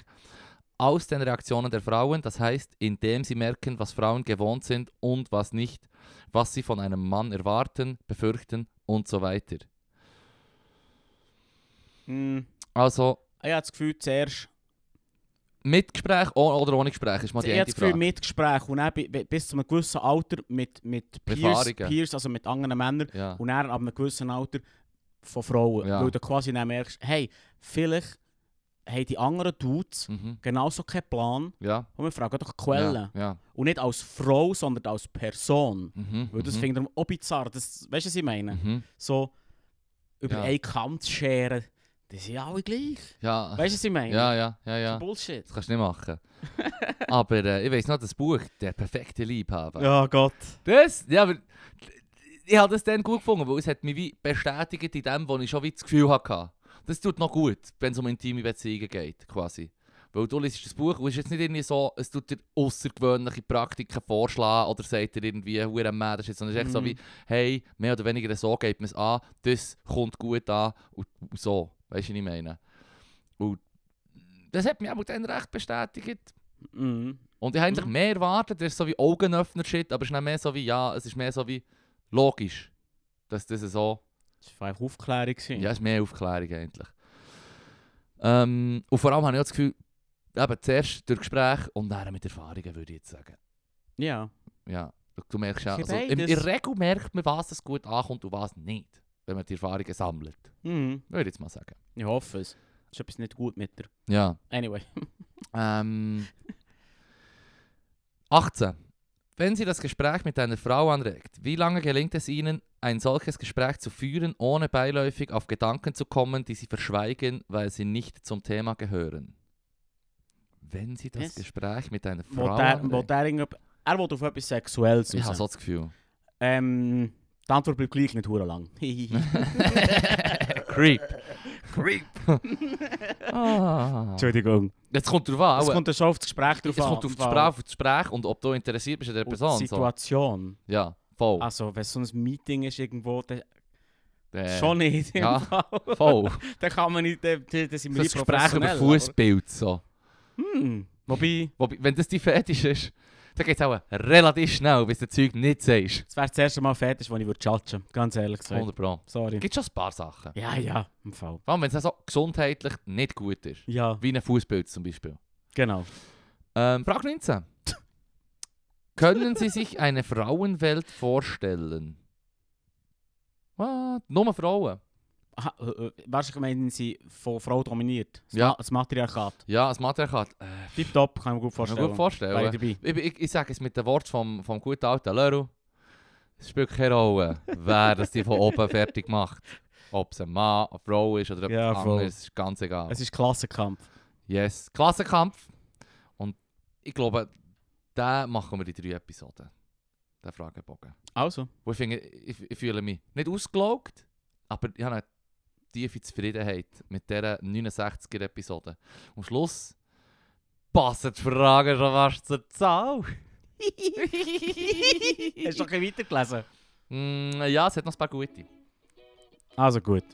aus den Reaktionen der Frauen, das heißt, indem Sie merken, was Frauen gewohnt sind und was nicht, was Sie von einem Mann erwarten, befürchten und so weiter.
Hm.
Also
Ich habe das Gefühl, zuerst
mit Gespräch o- oder ohne Gespräch ist mal die
ich habe
erste
das Gefühl,
Frage.
mit Gesprächen und dann bi- bi- bis zu einem gewissen Alter mit, mit Peers,
Erfahrungen.
Peers, also mit anderen Männern
Ja.
und dann ab einem gewissen Alter von Frauen.
Ja.
Weil du quasi dann merkst, hey, vielleicht haben die anderen Dudes
Mhm.
genauso keinen Plan
Ja.
und wir fragen doch Quellen.
Ja. ja.
Und nicht als Frau, sondern als Person.
Mhm.
Weil das
mhm.
finde ich auch bizarr. Das, weißt du, was ich meine?
Mhm.
So über
Ja.
einen Kamm zu scheren, das sind ja alle gleich.
Ja.
Weißt du, was ich meine?
ja, ja, ja, ja.
Bullshit.
Das kannst du nicht machen. aber äh, ich weiß noch, das Buch, der perfekte Liebhaber.
Ja, Gott.
Das, ja, aber ich habe das dann gut gefunden, weil es hat mich wie bestätigt in dem, wo ich schon wie das Gefühl hatte. Das tut noch gut, wenn es um intime Beziehungen geht, quasi. Weil du liest das Buch und es ist jetzt nicht irgendwie so, es tut dir außergewöhnliche Praktiken vorschlagen oder sagt dir irgendwie, «Hure Mann, das ist jetzt», sondern es ist echt so
Mhm.
wie, «Hey, mehr oder weniger so geht man es an, das kommt gut an» und und so. Weißt du, was ich meine? Und das hat mich aber dann recht bestätigt.
Mhm.
Und ich habe eigentlich
Mhm.
mehr erwartet, das ist so wie Augenöffner-Shit, aber es ist nicht mehr so wie, ja, es ist mehr so wie logisch, dass das so,
Das war einfach Aufklärung. gewesen.
ja, es ist mehr Aufklärung eigentlich. Ähm, und vor allem habe ich auch das Gefühl, eben zuerst durch Gespräche und dann mit Erfahrungen, würde ich jetzt sagen.
ja.
Ja, du merkst ja,
Ich
also, in, in
beides.
der Regel merkt man, was es gut ankommt und was nicht, wenn man die Erfahrungen sammelt,
Mhm.
würde ich jetzt mal sagen.
Ich hoffe es. Ist etwas nicht gut mit dir.
Ja.
Anyway.
Ähm, 18. Wenn Sie das Gespräch mit einer Frau anregt, wie lange gelingt es Ihnen, ein solches Gespräch zu führen, ohne beiläufig auf Gedanken zu kommen, die Sie verschweigen, weil sie nicht zum Thema gehören? Wenn Sie das
Yes.
Gespräch mit einer Frau
Wo der, wo
anregt,
der irgend- er will auf etwas Sexuelles
ich
raus.
habe so das Gefühl.
Ähm, die Antwort bleibt gleich nicht hure lang. Entschuldigung,
Creep. Creep. ah. Jetzt kommt drauf an.
Es
aber-
kommt ja schon auf das Gespräch drauf
Es kommt auf die
Weil-
Sprache, auf das Gespräch und ob du interessiert bist an der
und die
Person. So. Oh.
Situation.
Ja, voll.
Also, wenn so ein Meeting ist irgendwo, dann
Der-
schon nicht. im
ja.
Fall.
Äh, Voll.
dann kann man nicht, dann, dann sind wir
Das
nicht
Gespräch über
professionell,
Fußbild so.
aber- Hm, wobei,
Wobei, wenn das die Fetisch ist, dann geht es auch relativ schnell, bis du das Zeug nicht siehst.
das wäre das erste Mal fertig, wo ich würde judgen, ganz ehrlich gesagt.
100 Pro.
Sorry.
Es gibt schon ein paar Sachen.
Ja, ja, im Fall.
Vor allem, wenn es auch so gesundheitlich nicht gut ist.
Ja,
Wie ein Fußbild zum Beispiel.
genau.
Ähm, Frage 19. Können Sie sich eine Frauenwelt vorstellen? What? Nur Frauen?
Aha, äh, äh, wahrscheinlich meinen sie von Frau dominiert. Das,
Ja.
Ma das Matriarchat.
Ja, das Matriarchat. Äh,
Tipptopp, kann ich mir gut
kann ich
vorstellen.
mir gut
Wäre ich
vorstellen.
dabei.
Ich, ich, ich sage es mit den Worten vom, vom guten alten Leru. Es spielt keine Rolle, wer das die von oben fertig macht. Ob es ein Mann, eine Frau ist oder
Ja,
etwas
voll.
anderes, ist ganz egal.
Es ist Klassenkampf.
Yes, Klassenkampf. Und ich glaube, den machen wir in drei Episoden. Den Fragebogen.
Also,
Wo ich, finde, ich, ich fühle mich nicht ausgelaugt, aber ich habe eine tiefe Zufriedenheit mit dieser 69er-Episode. Am Schluss passen die Fragen schon fast zur Zahl.
hast du noch ein bisschen weitergelesen?
Mm, ja, es hat noch ein paar gute.
Also gut.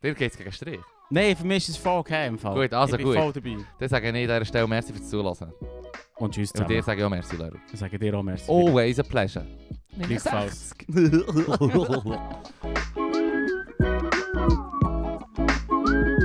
Dir geht es gegen Strich.
Nein, für mich ist es voll okay im Fall.
Gut, also
ich bin
gut.
voll dabei.
Dann sage ich an dieser Stelle merci fürs Zuhören.
Und tschüss
Und
zusammen.
dir
Oh.
sage ich auch merci, Leru.
Ich sage dir auch merci.
Always a pleasure.
Gleichfalls.